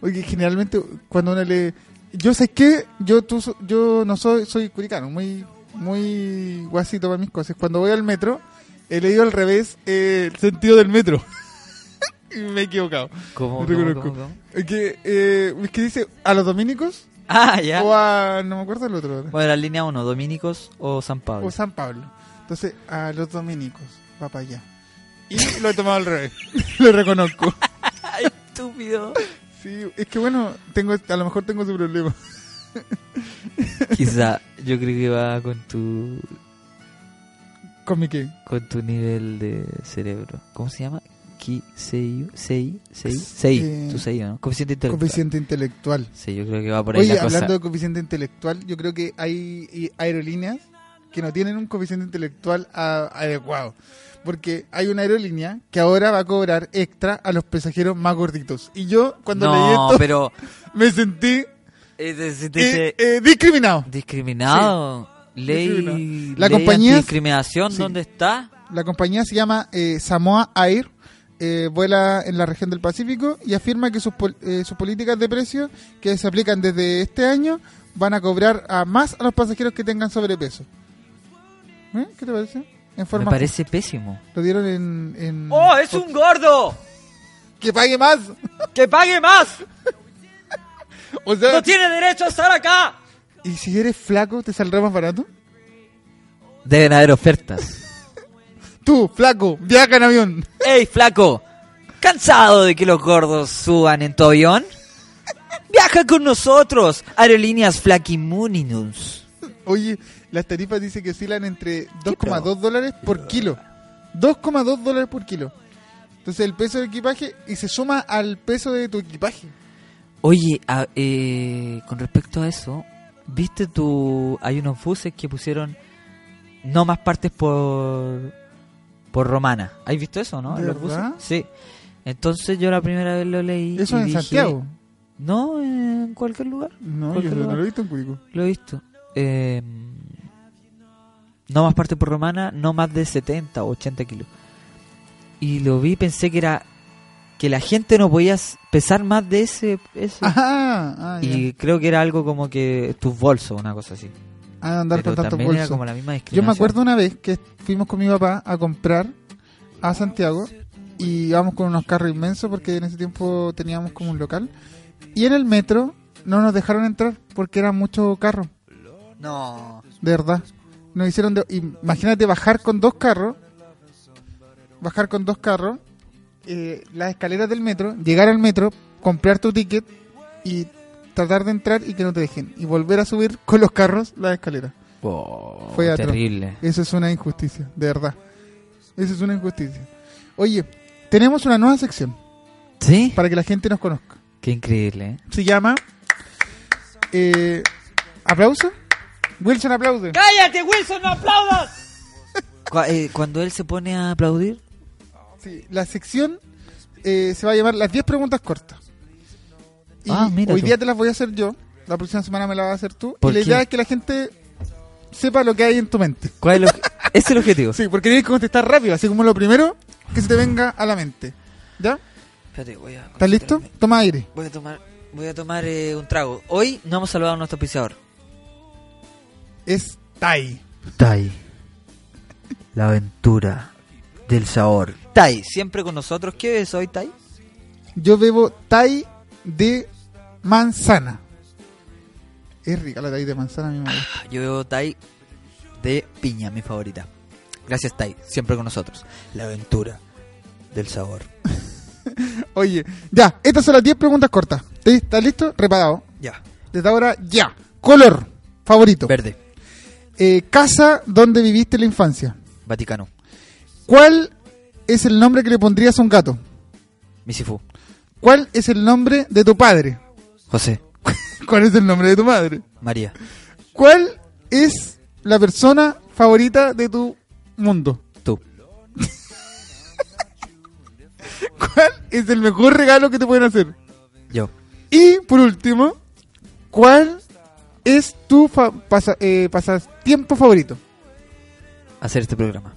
[SPEAKER 1] Oye, generalmente cuando uno le... Yo sé que yo tú, so- yo no soy soy curicano, muy muy guasito para mis cosas. Cuando voy al metro, he leído al revés eh, el sentido del metro. y me he equivocado.
[SPEAKER 3] ¿Cómo,
[SPEAKER 1] No te
[SPEAKER 3] cómo,
[SPEAKER 1] conozco.
[SPEAKER 3] cómo, cómo?
[SPEAKER 1] Es que, eh, es que dice a los dominicos
[SPEAKER 3] Ah, ya.
[SPEAKER 4] Oh.
[SPEAKER 1] o a. No me acuerdo el otro. ahora.
[SPEAKER 3] Bueno, la línea 1, Dominicos o San Pablo.
[SPEAKER 1] O San Pablo. Entonces, a los dominicos. Va para allá. Y lo he tomado al revés. lo reconozco.
[SPEAKER 3] Ay, estúpido.
[SPEAKER 1] Sí, es que bueno, tengo a lo mejor tengo ese problema.
[SPEAKER 3] Quizá, yo creo que va con tu
[SPEAKER 1] ¿Con mi qué?
[SPEAKER 3] con tu nivel de cerebro. ¿Cómo se llama? Ki, sei, sei, sei, sei,
[SPEAKER 1] Eh,
[SPEAKER 3] tu sello, ¿no? Coeficiente intelectual.
[SPEAKER 1] Coeficiente intelectual.
[SPEAKER 3] Sí, yo creo que va por ahí
[SPEAKER 1] Oye,
[SPEAKER 3] la cosa.
[SPEAKER 1] hablando de coeficiente intelectual, yo creo que hay y- aerolíneas que no tienen un coeficiente intelectual a- adecuado. Porque hay una aerolínea que ahora va a cobrar extra a los pasajeros más gorditos. Y yo, cuando leí
[SPEAKER 3] no,
[SPEAKER 1] esto,
[SPEAKER 3] pero
[SPEAKER 1] me sentí
[SPEAKER 3] eh, te- te- te-
[SPEAKER 1] eh, eh, discriminado.
[SPEAKER 3] discriminado. Ley,
[SPEAKER 1] Discriminado. La
[SPEAKER 3] ley
[SPEAKER 1] compañía-
[SPEAKER 3] discriminación,
[SPEAKER 1] sí.
[SPEAKER 3] ¿dónde está?
[SPEAKER 1] La compañía se llama eh, Samoa Air, eh, vuela en la región del Pacífico y afirma que sus, pol- eh, sus políticas de precios que se aplican desde este año van a cobrar a más a los pasajeros que tengan sobrepeso. ¿Eh? ¿Qué te parece? En
[SPEAKER 3] Me
[SPEAKER 1] forma
[SPEAKER 3] parece pésimo.
[SPEAKER 1] Lo dieron en... en-
[SPEAKER 4] ¡Oh, es un gordo!
[SPEAKER 1] ¡Que pague más!
[SPEAKER 4] ¡Que pague más!
[SPEAKER 1] O sea,
[SPEAKER 4] ¡No tiene derecho a estar acá!
[SPEAKER 1] ¿y si eres flaco te saldrá más barato?
[SPEAKER 3] Deben haber ofertas.
[SPEAKER 1] Tú, flaco, viaja en avión.
[SPEAKER 3] ¡Ey, flaco! ¿Cansado de que los gordos suban en tu avión? Viaja con nosotros, Aerolíneas Flaquimuninus.
[SPEAKER 1] Oye, las tarifas dice que oscilan entre 2,2 dólares por kilo. 2,2 dólares por kilo. Entonces el peso del equipaje y se suma al peso de tu equipaje.
[SPEAKER 3] Oye, a- eh, con respecto a eso, ¿viste tu... Hay unos buses que pusieron no más partes por por romana. ¿Has visto eso, no?
[SPEAKER 1] ¿De
[SPEAKER 3] Los buses.
[SPEAKER 1] verdad?
[SPEAKER 3] Sí. Entonces yo la primera vez lo leí.
[SPEAKER 1] ¿Eso
[SPEAKER 3] y
[SPEAKER 1] en
[SPEAKER 3] dije,
[SPEAKER 1] Santiago?
[SPEAKER 3] No, en cualquier lugar.
[SPEAKER 1] No, yo
[SPEAKER 3] cualquier
[SPEAKER 1] no
[SPEAKER 3] lugar.
[SPEAKER 1] lo he visto en Curicó.
[SPEAKER 3] Lo he visto. Eh, no más parte por romana, no más de 70 o 80 kilos. Y lo vi, pensé que era que la gente no podía s- pesar más de ese. eso.
[SPEAKER 1] Ah, ah, ya.
[SPEAKER 3] y creo que era algo como que tus bolsos, una cosa así.
[SPEAKER 1] Ah, andar con
[SPEAKER 3] Pero
[SPEAKER 1] tantos
[SPEAKER 3] también era
[SPEAKER 1] bolsos.
[SPEAKER 3] como la misma
[SPEAKER 1] Yo
[SPEAKER 3] discriminación.
[SPEAKER 1] me acuerdo una vez que fuimos con mi papá a comprar a Santiago y íbamos con unos carros inmensos porque en ese tiempo teníamos como un local. Y en el metro no nos dejaron entrar porque eran muchos carros,
[SPEAKER 3] No.
[SPEAKER 1] de verdad. Nos hicieron de- Imagínate bajar con dos carros, bajar con dos carros, eh, las escaleras del metro, llegar al metro, comprar tu ticket y tratar de entrar y que no te dejen. Y volver a subir con los carros las escaleras.
[SPEAKER 3] Oh,
[SPEAKER 1] Fue atroz.
[SPEAKER 3] terrible.
[SPEAKER 1] Eso es una injusticia, de verdad. Eso es una injusticia. Oye, tenemos una nueva sección
[SPEAKER 3] ¿Sí?
[SPEAKER 1] para que la gente nos conozca.
[SPEAKER 3] Qué increíble, ¿eh?
[SPEAKER 1] Se llama eh, ¿Aplauso? Wilson aplaude.
[SPEAKER 4] ¡Cállate, Wilson! ¡No aplaudas!
[SPEAKER 3] Cu- eh, Cuando él se pone a aplaudir,
[SPEAKER 1] Sí, la sección eh, se va a llamar Las 10 preguntas cortas. Y
[SPEAKER 3] Ah, mira
[SPEAKER 1] hoy
[SPEAKER 3] tú.
[SPEAKER 1] día te las voy a hacer yo. La próxima semana me las vas a hacer tú.
[SPEAKER 3] ¿Por
[SPEAKER 1] y la
[SPEAKER 3] qué?
[SPEAKER 1] idea es que la gente sepa lo que hay en tu mente.
[SPEAKER 3] ¿cuál es, el obje- ese es el objetivo?
[SPEAKER 1] Sí, porque tienes que contestar rápido, así como lo primero que se te venga a la mente. ¿Ya?
[SPEAKER 3] Espérate, voy a
[SPEAKER 1] ¿Estás listo? Toma aire.
[SPEAKER 3] Voy a tomar, voy a tomar eh, un trago. Hoy no hemos saludado a nuestro auspiciador.
[SPEAKER 1] es Tai.
[SPEAKER 3] Tai. La aventura del sabor. Tai, siempre con nosotros. ¿Qué bebes hoy, Tai?
[SPEAKER 1] Yo bebo Tai de manzana. Es rica la Tai de manzana, mi madre.
[SPEAKER 3] Ah, Yo bebo Tai de piña, mi favorita. Gracias, Tai, siempre con nosotros. La aventura del sabor.
[SPEAKER 1] Oye, ya, estas son las 10 preguntas cortas. ¿Sí? ¿Estás listo? Reparado.
[SPEAKER 3] Ya.
[SPEAKER 1] Desde ahora, ya. Color favorito.
[SPEAKER 3] Verde,
[SPEAKER 1] Eh, casa donde viviste la infancia.
[SPEAKER 3] Vaticano,
[SPEAKER 1] ¿Cuál es el nombre que le pondrías a un gato?
[SPEAKER 3] Misifú,
[SPEAKER 1] ¿Cuál es el nombre de tu padre?
[SPEAKER 3] José,
[SPEAKER 1] ¿Cuál es el nombre de tu madre?
[SPEAKER 3] María,
[SPEAKER 1] ¿Cuál es la persona favorita de tu mundo?
[SPEAKER 3] tú.
[SPEAKER 1] ¿Cuál es el mejor regalo que te pueden hacer?
[SPEAKER 3] Yo.
[SPEAKER 1] Y por último, ¿cuál es tu fa- pasa- eh, pasatiempo favorito?
[SPEAKER 3] Hacer este programa.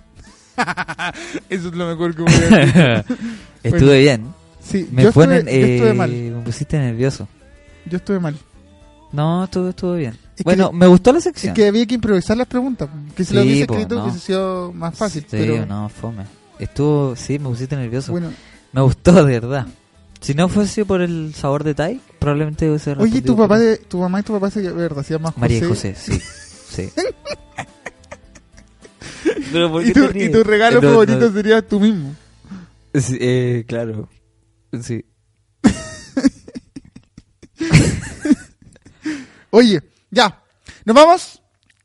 [SPEAKER 1] Eso es lo mejor que voy a decir.
[SPEAKER 3] Estuve bien.
[SPEAKER 1] Sí,
[SPEAKER 3] Me
[SPEAKER 1] Pues yo,
[SPEAKER 3] ponen,
[SPEAKER 1] estuve, yo estuve
[SPEAKER 3] eh,
[SPEAKER 1] mal.
[SPEAKER 3] Me pusiste nervioso.
[SPEAKER 1] Yo estuve mal.
[SPEAKER 3] No, estuvo, estuvo bien.
[SPEAKER 1] que-
[SPEAKER 3] bueno, me gustó la sección.
[SPEAKER 1] Es que había que improvisar las preguntas. Que si lo
[SPEAKER 3] Sí,
[SPEAKER 1] hubiese
[SPEAKER 3] po,
[SPEAKER 1] escrito
[SPEAKER 3] no.
[SPEAKER 1] hubiese sido más fácil.
[SPEAKER 3] Sí,
[SPEAKER 1] pero
[SPEAKER 3] no, fome. Estuvo, sí, me pusiste nervioso.
[SPEAKER 1] bueno.
[SPEAKER 3] Me gustó, de verdad. Si no fuese por el sabor de Thai, probablemente hubiese
[SPEAKER 1] Oye,
[SPEAKER 3] respondido
[SPEAKER 1] tu papá,
[SPEAKER 3] por-
[SPEAKER 1] de, tu mamá y tu papá se verdad, se llaman José.
[SPEAKER 3] María y José, sí. sí. Pero ¿por
[SPEAKER 1] Y
[SPEAKER 3] qué
[SPEAKER 1] tu, y
[SPEAKER 3] te ríes? Eh,
[SPEAKER 1] tu regalo
[SPEAKER 3] No, no.
[SPEAKER 1] favorito sería tú mismo.
[SPEAKER 3] Sí, eh, claro. Sí.
[SPEAKER 1] Oye, ya. Nos vamos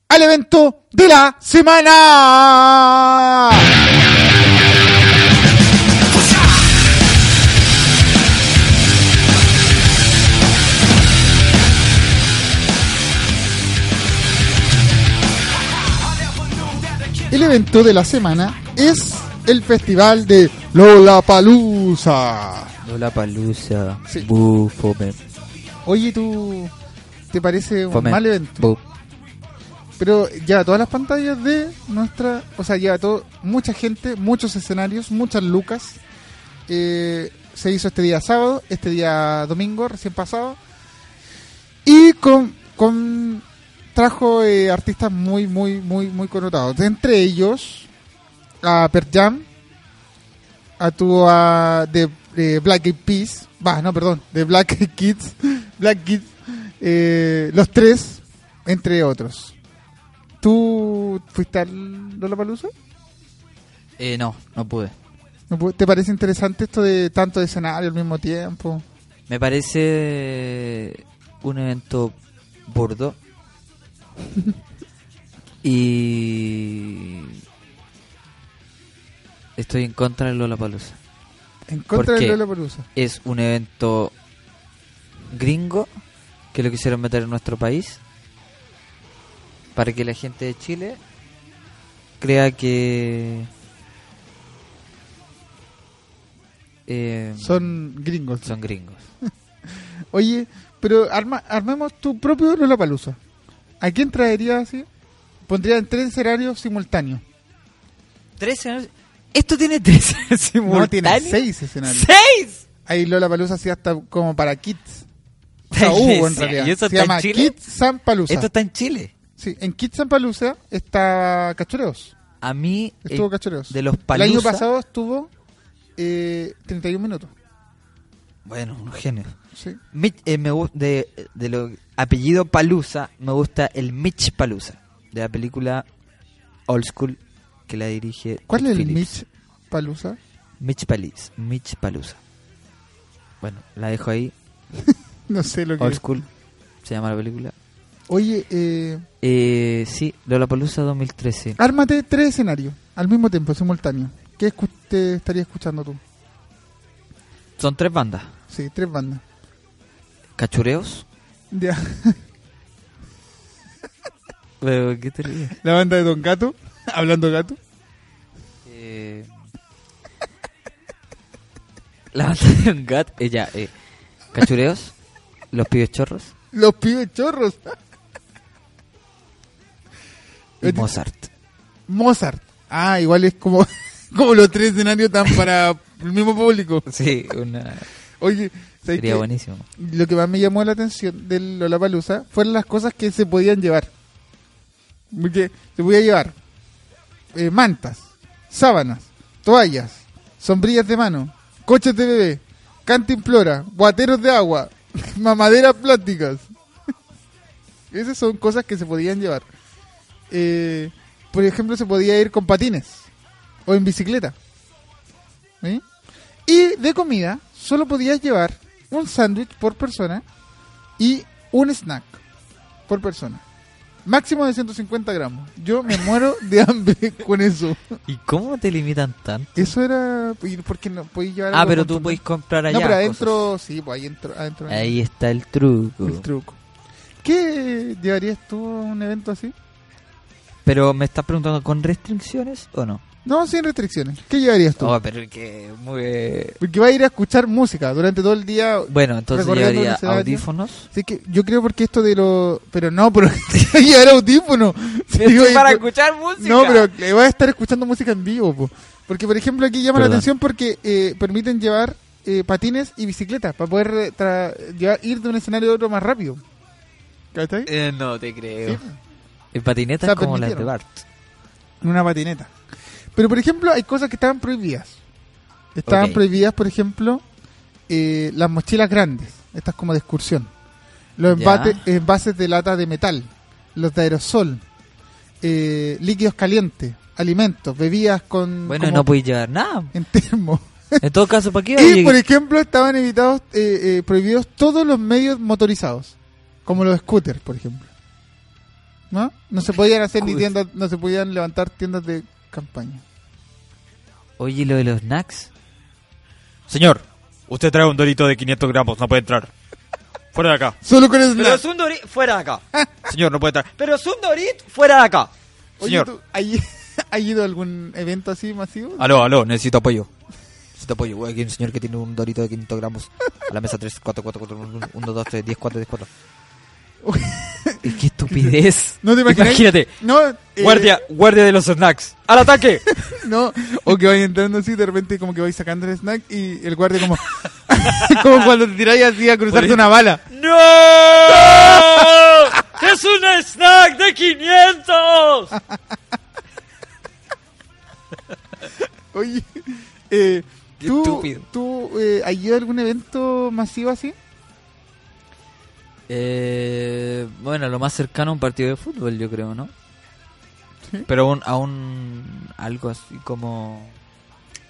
[SPEAKER 1] al evento de la semana. El evento de la semana es el festival de Lollapalooza.
[SPEAKER 3] Lola Palusa.
[SPEAKER 1] Sí.
[SPEAKER 3] Bu, fome.
[SPEAKER 1] Oye, ¿tú te parece un
[SPEAKER 3] Fome.
[SPEAKER 1] mal evento?
[SPEAKER 3] Bu.
[SPEAKER 1] Pero ya todas las pantallas de nuestra, o sea, ya todo, mucha gente, muchos escenarios, muchas lucas. Eh, se hizo este día sábado, este día domingo, recién pasado. Y con, con trajo eh, artistas muy, muy, muy, muy connotados. Entre ellos, a Per Jam, a tu a, de, de Black Eyed Peas, bah, no, perdón, de Black Eyed Kids, Black Kids, Eh, los tres, entre otros. ¿Tú fuiste al Lollapalooza?
[SPEAKER 3] Eh, no, no pude.
[SPEAKER 1] ¿No pu- ¿Te parece interesante esto de tanto escenario al mismo tiempo?
[SPEAKER 3] Me parece un evento burdo. y estoy en contra del Lollapalooza.
[SPEAKER 1] En contra del
[SPEAKER 3] qué?
[SPEAKER 1] Lollapalooza.
[SPEAKER 3] Es un evento gringo que lo quisieron meter en nuestro país para que la gente de Chile crea que eh,
[SPEAKER 1] Son gringos.
[SPEAKER 3] son gringos.
[SPEAKER 1] Oye, pero arma, armemos tu propio Lollapalooza. ¿A quién traerías así? Pondría en tres escenarios simultáneos.
[SPEAKER 3] Tres escenarios- Esto tiene tres simultáneos.
[SPEAKER 1] No, tiene seis escenarios.
[SPEAKER 3] ¡Seis!
[SPEAKER 1] Hay Lollapalooza así hasta como para kids. O sea,
[SPEAKER 3] Está en
[SPEAKER 1] hubo en
[SPEAKER 3] Grecia,
[SPEAKER 1] realidad.
[SPEAKER 3] ¿y eso
[SPEAKER 1] Se
[SPEAKER 3] está en
[SPEAKER 1] llama
[SPEAKER 3] Chile?
[SPEAKER 1] Kids San
[SPEAKER 3] Esto está en Chile.
[SPEAKER 1] Sí, en Kids San Palusa está Cachureos.
[SPEAKER 3] A mí, eh,
[SPEAKER 1] Estuvo Cachureos.
[SPEAKER 3] de los
[SPEAKER 1] El año
[SPEAKER 3] Palusa-
[SPEAKER 1] pasado estuvo eh, 31 minutos.
[SPEAKER 3] bueno, unos genios.
[SPEAKER 1] Sí.
[SPEAKER 3] Mitch, eh, me gu- de, de lo apellido Palusa, me gusta el Mitch Palusa, de la película Old School que la dirige.
[SPEAKER 1] ¿Cuál
[SPEAKER 3] Todd
[SPEAKER 1] es el
[SPEAKER 3] Phillips.
[SPEAKER 1] Mitch Palusa?
[SPEAKER 3] Mitch Palis, Mitch Palusa. Bueno, la dejo ahí.
[SPEAKER 1] No sé lo que
[SPEAKER 3] Old
[SPEAKER 1] es.
[SPEAKER 3] School se llama la película.
[SPEAKER 1] Oye, eh,
[SPEAKER 3] Eh, sí, Lola Palusa 2013.
[SPEAKER 1] ármate tres escenarios al mismo tiempo, simultáneo. ¿Qué escu- te estaría escuchando tú?
[SPEAKER 3] Son tres bandas:
[SPEAKER 1] Sí, tres bandas.
[SPEAKER 3] Cachureos.
[SPEAKER 1] Ya.
[SPEAKER 3] Pero, ¿Qué te ríes?
[SPEAKER 1] La banda de Don Gato, hablando gato.
[SPEAKER 3] Eh, la banda de un gat, eh, ya, eh, Cachureos, Los Pibes Chorros
[SPEAKER 1] Los pibes chorros.
[SPEAKER 3] y Mozart.
[SPEAKER 1] Mozart. Ah, igual es como, como los tres escenarios tan para el mismo público.
[SPEAKER 3] Sí, una...
[SPEAKER 1] Oye, ¿sabes
[SPEAKER 3] sería
[SPEAKER 1] qué?
[SPEAKER 3] buenísimo.
[SPEAKER 1] lo que más me llamó la atención del Lollapalooza fueron las cosas que se podían llevar. Porque se podía llevar eh, mantas, sábanas, toallas, sombrillas de mano, coches de bebé, cantimplora, guateros de agua, mamaderas plásticas. Esas son cosas que se podían llevar. Eh, por ejemplo, se podía ir con patines o en bicicleta. ¿Sí? Y de comida, solo podías llevar un sándwich por persona y un snack por persona. Máximo de 150 gramos. Yo me muero de hambre con eso.
[SPEAKER 3] ¿Y cómo te limitan tanto?
[SPEAKER 1] Eso era. y Porque no podías llevar.
[SPEAKER 3] Ah,
[SPEAKER 1] algo
[SPEAKER 3] pero
[SPEAKER 1] con
[SPEAKER 3] tú
[SPEAKER 1] tu-
[SPEAKER 3] podés comprar allá.
[SPEAKER 1] No, pero
[SPEAKER 3] cosas.
[SPEAKER 1] adentro, sí, pues ahí entro- adentro.
[SPEAKER 3] Ahí está el truco.
[SPEAKER 1] El truco. ¿Qué llevarías tú a un evento así?
[SPEAKER 3] Pero me estás preguntando, ¿con restricciones o no?
[SPEAKER 1] No, sin restricciones. ¿Qué llevarías tú?
[SPEAKER 3] Oh, pero que muy... eh,
[SPEAKER 1] Porque va a ir a escuchar música durante todo el día.
[SPEAKER 3] Bueno, entonces
[SPEAKER 1] Recorriendo
[SPEAKER 3] llevaría
[SPEAKER 1] el escenario.
[SPEAKER 3] audífonos.
[SPEAKER 1] Así que yo creo porque esto de lo... Pero no, pero llevar audífono. Digo, y- pues,
[SPEAKER 3] escuchar música.
[SPEAKER 1] No, pero le voy a estar escuchando música en vivo. po. Porque, por ejemplo, aquí llama la
[SPEAKER 3] Perdón.
[SPEAKER 1] atención porque eh, permiten llevar eh, patines y bicicletas para poder eh, tra- llevar- ir de un escenario a otro más rápido. ¿Cachai?
[SPEAKER 3] Eh, no te creo.
[SPEAKER 1] Sí.
[SPEAKER 3] Y patinetas
[SPEAKER 1] O sea,
[SPEAKER 3] como las de
[SPEAKER 1] permitieron.
[SPEAKER 3] Bart.
[SPEAKER 1] En una patineta. Pero, por ejemplo, hay cosas que estaban prohibidas. Estaban
[SPEAKER 3] Ok.
[SPEAKER 1] prohibidas, por ejemplo, eh, las mochilas grandes. Estas como de excursión. Los
[SPEAKER 3] Ya.
[SPEAKER 1] embate- envases de lata de metal. Los de aerosol. eh, líquidos calientes. Alimentos. Bebidas con... Mm,
[SPEAKER 3] Bueno,
[SPEAKER 1] como
[SPEAKER 3] no podéis llevar nada.
[SPEAKER 1] En termo.
[SPEAKER 3] En todo caso, ¿para qué
[SPEAKER 1] Y, por
[SPEAKER 3] oye?
[SPEAKER 1] ejemplo, estaban evitados, eh, eh, prohibidos todos los medios motorizados, como los scooters, por ejemplo. ¿No? No se podían hacer ni
[SPEAKER 3] Scooters.
[SPEAKER 1] tiendas, no se podían levantar tiendas de campaña.
[SPEAKER 3] Oye, lo de los snacks.
[SPEAKER 6] Señor, usted trae un dorito de 500 gramos, no puede entrar. Fuera de acá.
[SPEAKER 1] Solo con
[SPEAKER 4] Pero
[SPEAKER 1] el
[SPEAKER 4] es un dorito fuera de acá.
[SPEAKER 6] Señor, no puede entrar.
[SPEAKER 4] Pero es un dorito fuera de acá.
[SPEAKER 6] señor. Ah,
[SPEAKER 1] ¿Has ido a algún evento así masivo?
[SPEAKER 6] Aló, aló, necesito apoyo.
[SPEAKER 3] Necesito apoyo. Güey, Aquí hay un señor que tiene un dorito de 500 gramos. A la mesa 3, 4, 4, 4, 1, 2, 3, 10, 4, 10, 4. Y qué estupidez.
[SPEAKER 1] No te imaginas.
[SPEAKER 6] Imagínate.
[SPEAKER 1] No, eh,
[SPEAKER 6] Guardia, guardia de los snacks. ¡Al ataque!
[SPEAKER 1] No, o que vais entrando así, de repente como que vais sacando el snack y el guardia como... como cuando te tiráis así a cruzarte una bala.
[SPEAKER 4] ¡No! ¡Es un snack de 500!
[SPEAKER 1] Oye, eh,
[SPEAKER 3] Qué
[SPEAKER 1] ¿tú,
[SPEAKER 3] estúpido.
[SPEAKER 1] ¿tú eh, has ido a algún evento masivo así?
[SPEAKER 3] Eh, bueno, lo más cercano a un partido de fútbol, yo creo, ¿no? Pero un- a un algo así como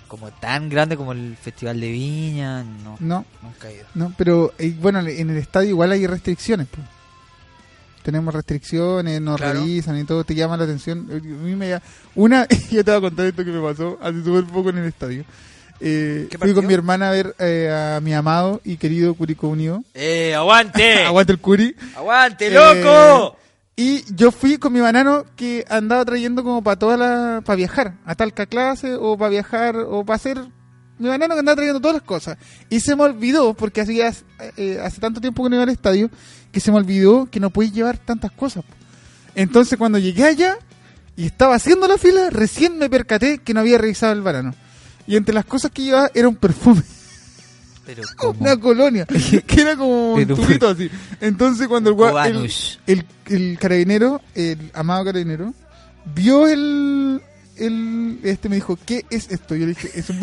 [SPEAKER 3] como tan grande como el Festival de Viña, no,
[SPEAKER 1] No,
[SPEAKER 3] nunca he ido.
[SPEAKER 1] no, pero eh, bueno, en el estadio igual hay restricciones. pues. Tenemos restricciones, nos
[SPEAKER 3] Claro.
[SPEAKER 1] revisan y todo, te llama la atención. A mí me da- Una, yo te voy a contar esto que me pasó hace súper poco en el estadio. Eh, fui
[SPEAKER 3] ¿Qué partido?
[SPEAKER 1] con mi hermana a ver eh, a mi amado y querido Curicó Unido.
[SPEAKER 6] ¡Eh, aguante!
[SPEAKER 1] Aguante el Curi.
[SPEAKER 6] ¡Aguante,
[SPEAKER 1] Eh,
[SPEAKER 6] loco!
[SPEAKER 1] Y yo fui con mi banano que andaba trayendo como para todas las. para viajar, a Talca clase, o para viajar, o para hacer. Mi banano que andaba trayendo todas las cosas. Y se me olvidó, porque hacía eh, hace tanto tiempo que no iba al estadio, que se me olvidó que no podía llevar tantas cosas. po. Entonces cuando llegué allá y estaba haciendo la fila, recién me percaté que no había revisado el banano. Y entre las cosas que llevaba era un perfume
[SPEAKER 3] Pero
[SPEAKER 1] una colonia que era como un
[SPEAKER 3] Pero-
[SPEAKER 1] tubito así. Entonces cuando el, gua- el,
[SPEAKER 3] Cubanos.
[SPEAKER 1] el, el carabinero, el amado carabinero, vio el, el este me dijo, "¿Qué es esto?" Yo le dije, "Es un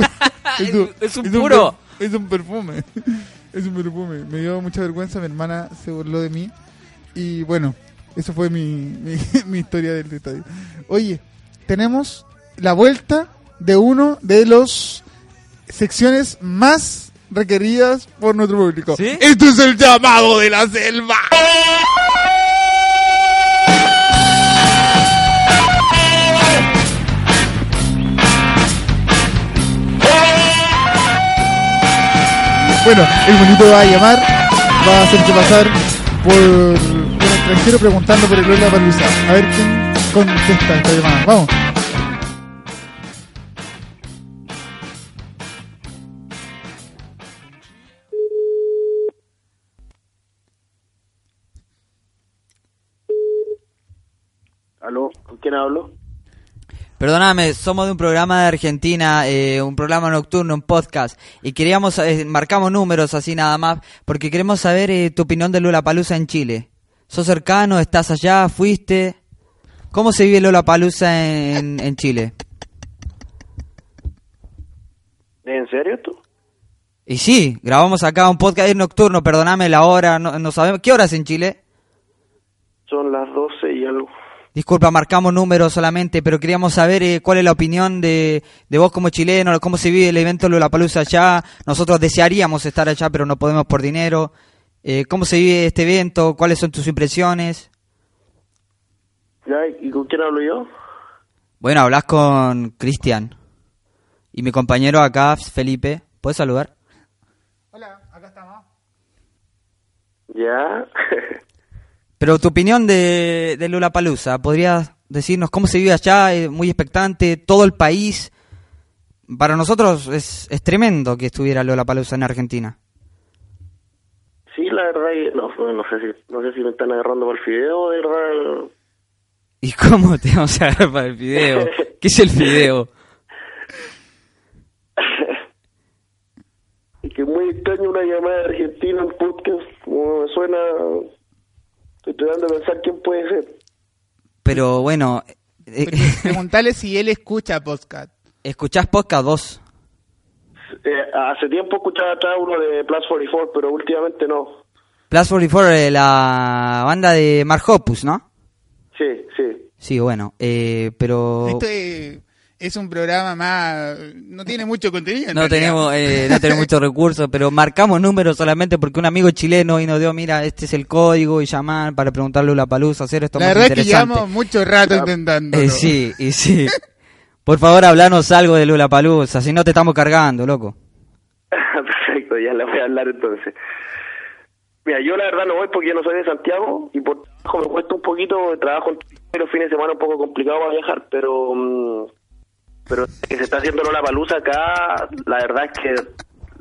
[SPEAKER 3] Es un- es un puro.
[SPEAKER 1] per- es un perfume." Es un perfume. Me dio mucha vergüenza, mi hermana se burló de mí y bueno, eso fue mi, mi, mi historia del estadio. Oye, tenemos la vuelta de uno de los secciones más requeridas por nuestro público.
[SPEAKER 3] ¿Sí?
[SPEAKER 1] Esto es el llamado de la selva. Bueno, el bonito va a llamar, va a hacerse pasar por un extranjero preguntando por el Lola Palusa. A ver quién contesta esta llamada. Vamos.
[SPEAKER 7] ¿Aló? ¿Con quién hablo?
[SPEAKER 3] Perdóname, somos de un programa de Argentina, eh, un programa nocturno, un podcast, y queríamos, eh, marcamos números así nada más, porque queremos saber eh, tu opinión de Lola Palusa en Chile. ¿Sos cercano? ¿Estás allá? ¿Fuiste? ¿Cómo se vive Lola Palusa en, en Chile?
[SPEAKER 7] ¿En serio tú?
[SPEAKER 3] Y sí, grabamos acá un podcast es nocturno, perdóname la hora, no, no sabemos. ¿Qué horas en Chile?
[SPEAKER 7] Son las 12 y algo.
[SPEAKER 3] Disculpa, marcamos números solamente, pero queríamos saber eh, cuál es la opinión de, de vos como chileno, cómo se vive el evento Lollapalooza allá. Nosotros desearíamos estar allá, pero no podemos por dinero. Eh, ¿Cómo se vive este evento? ¿Cuáles son tus impresiones?
[SPEAKER 7] Ya, ¿Y con quién hablo yo?
[SPEAKER 3] Bueno, hablas con Cristian y mi compañero acá, Felipe. ¿Puedes saludar?
[SPEAKER 7] Ya.
[SPEAKER 3] Pero tu opinión de, de Lollapalooza, ¿podrías decirnos cómo se vive allá? Eh, muy expectante, todo el país. Para nosotros es, es tremendo que estuviera Lollapalooza en Argentina.
[SPEAKER 7] sí, la verdad que no, no, no sé si, no sé si me están agarrando por el fideo, de verdad.
[SPEAKER 3] ¿Y cómo te vamos a agarrar para el video? ¿Qué es el video?
[SPEAKER 7] Y que muy extraño una llamada de Argentina, un podcast. Como me suena... Estoy tratando de pensar quién puede ser.
[SPEAKER 3] Pero bueno, eh,
[SPEAKER 1] Preguntale si él escucha podcast.
[SPEAKER 3] escuchás podcast 2.
[SPEAKER 7] Eh, hace tiempo escuchaba atrás uno de Plus 44, pero últimamente no.
[SPEAKER 3] Plus 44, eh, la banda de Mark Hoppus, ¿no?
[SPEAKER 7] Sí, sí.
[SPEAKER 3] Sí, bueno, eh, pero...
[SPEAKER 1] Esto es, es un programa más. No tiene mucho contenido. en
[SPEAKER 3] No
[SPEAKER 1] realidad.
[SPEAKER 3] tenemos, eh, no tenemos muchos recursos, pero marcamos números solamente porque un amigo chileno y nos dio, mira, este es el código y llamar para preguntarle la palusa, hacer esto
[SPEAKER 1] La
[SPEAKER 3] más
[SPEAKER 1] verdad es que
[SPEAKER 3] interesante.
[SPEAKER 1] llevamos mucho rato intentando.
[SPEAKER 3] Eh, sí, y sí. Por favor, hablanos algo de Lula Palusa, si no te estamos cargando, loco.
[SPEAKER 7] Perfecto, ya le voy a hablar entonces. Mira, yo la verdad no voy porque yo no soy de Santiago y por trabajo me cuesta un poquito, trabajo en- los fines de semana un poco complicado para viajar, pero mm, pero que se está haciendo la palusa acá, la verdad es que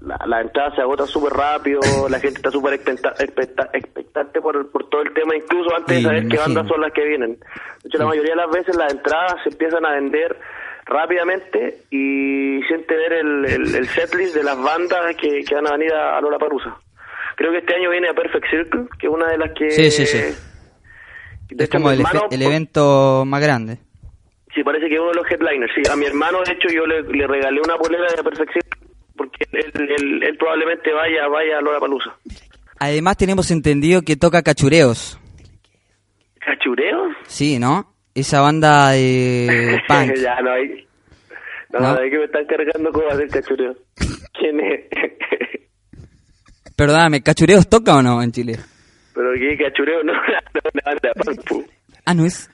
[SPEAKER 7] la, la entrada se agota súper rápido, la gente está súper expecta- expecta- expectante por, por todo el tema, incluso antes
[SPEAKER 3] Sí,
[SPEAKER 7] de saber
[SPEAKER 3] me
[SPEAKER 7] qué
[SPEAKER 3] imagino.
[SPEAKER 7] bandas son las que vienen. De hecho, la mayoría de las veces las entradas se empiezan a vender rápidamente y sin tener el, el, el setlist de las bandas que, que van a venir a, Lola Parusa. Creo que este año viene a Perfect Circle, que es una de las que...
[SPEAKER 3] Sí, sí, sí.
[SPEAKER 7] De
[SPEAKER 3] Es
[SPEAKER 7] hecho,
[SPEAKER 3] como
[SPEAKER 7] mi
[SPEAKER 3] el, efe-
[SPEAKER 7] hermano-
[SPEAKER 3] el evento más grande.
[SPEAKER 7] Sí, parece que es uno de los headliners. Sí, a mi hermano, de hecho, yo le, le regalé una polera de perfección porque él, él, él probablemente vaya, vaya a Lola Palusa.
[SPEAKER 3] Además tenemos entendido que toca cachureos.
[SPEAKER 7] ¿Cachureos?
[SPEAKER 3] Sí, ¿no? Esa banda de punk.
[SPEAKER 7] ya, no hay. No,
[SPEAKER 3] Eh, ¿No?
[SPEAKER 7] de que me están cargando cómo hacer cachureo. ¿Quién es?
[SPEAKER 3] Perdóname, ¿cachureos toca o no en Chile?
[SPEAKER 7] Pero qué cachureo no, no, una banda punk, pu.
[SPEAKER 3] Ah, no es.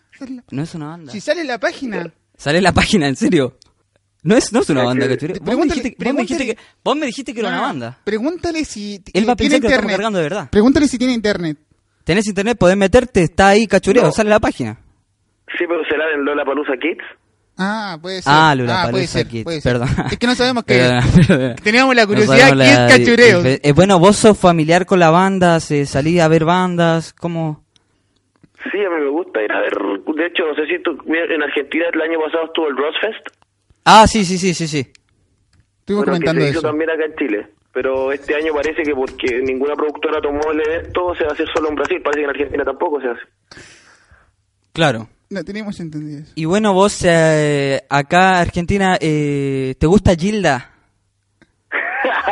[SPEAKER 3] No es una banda.
[SPEAKER 8] Si sale en la página.
[SPEAKER 3] Sale en la página, en serio. No es, no es una banda, cachureo. Vos me
[SPEAKER 8] Pregúntale-
[SPEAKER 3] dijiste, que- vos me dijiste
[SPEAKER 8] pregúntale-
[SPEAKER 3] que, vos me dijiste que era una
[SPEAKER 8] Ah,
[SPEAKER 3] banda.
[SPEAKER 8] Pregúntale si t-
[SPEAKER 3] Él va a pensar
[SPEAKER 8] eh, tiene
[SPEAKER 3] que lo estamos
[SPEAKER 8] internet.
[SPEAKER 3] cargando de verdad.
[SPEAKER 8] Pregúntale si tiene internet.
[SPEAKER 3] Tenés internet, podés meterte, está ahí cachureo,
[SPEAKER 7] No.
[SPEAKER 3] sale en la página.
[SPEAKER 7] Sí, pero será del Lola Palusa Kids.
[SPEAKER 8] Ah, puede ser.
[SPEAKER 3] Ah, Lula
[SPEAKER 8] puede
[SPEAKER 3] Palusa
[SPEAKER 8] ser,
[SPEAKER 3] Kids,
[SPEAKER 8] puede ser.
[SPEAKER 3] perdón.
[SPEAKER 8] Es que no sabemos qué.
[SPEAKER 3] Perdona,
[SPEAKER 8] es.
[SPEAKER 3] perdona.
[SPEAKER 8] Teníamos la
[SPEAKER 3] No
[SPEAKER 8] curiosidad,
[SPEAKER 3] sabemos
[SPEAKER 8] ¿qué es
[SPEAKER 3] la-
[SPEAKER 8] cachureo?
[SPEAKER 3] dife- eh, bueno, vos sos familiar con la banda, se, salí a ver bandas, ¿cómo?
[SPEAKER 7] Sí, a mí me gusta ir a ver. De hecho, no sé si tú. mira, En Argentina el año pasado estuvo el Rosfest.
[SPEAKER 3] Ah, sí, sí, sí, sí, sí.
[SPEAKER 7] bueno, que
[SPEAKER 8] Estuvimos comentando
[SPEAKER 7] se hizo
[SPEAKER 8] eso.
[SPEAKER 7] también acá en Chile. Pero este año parece que porque ninguna productora tomó el evento, se va a hacer solo en Brasil. Parece que en Argentina tampoco se hace.
[SPEAKER 3] Claro.
[SPEAKER 8] No teníamos entendido eso.
[SPEAKER 3] Y bueno, vos eh, acá, Argentina, eh, ¿te gusta Gilda?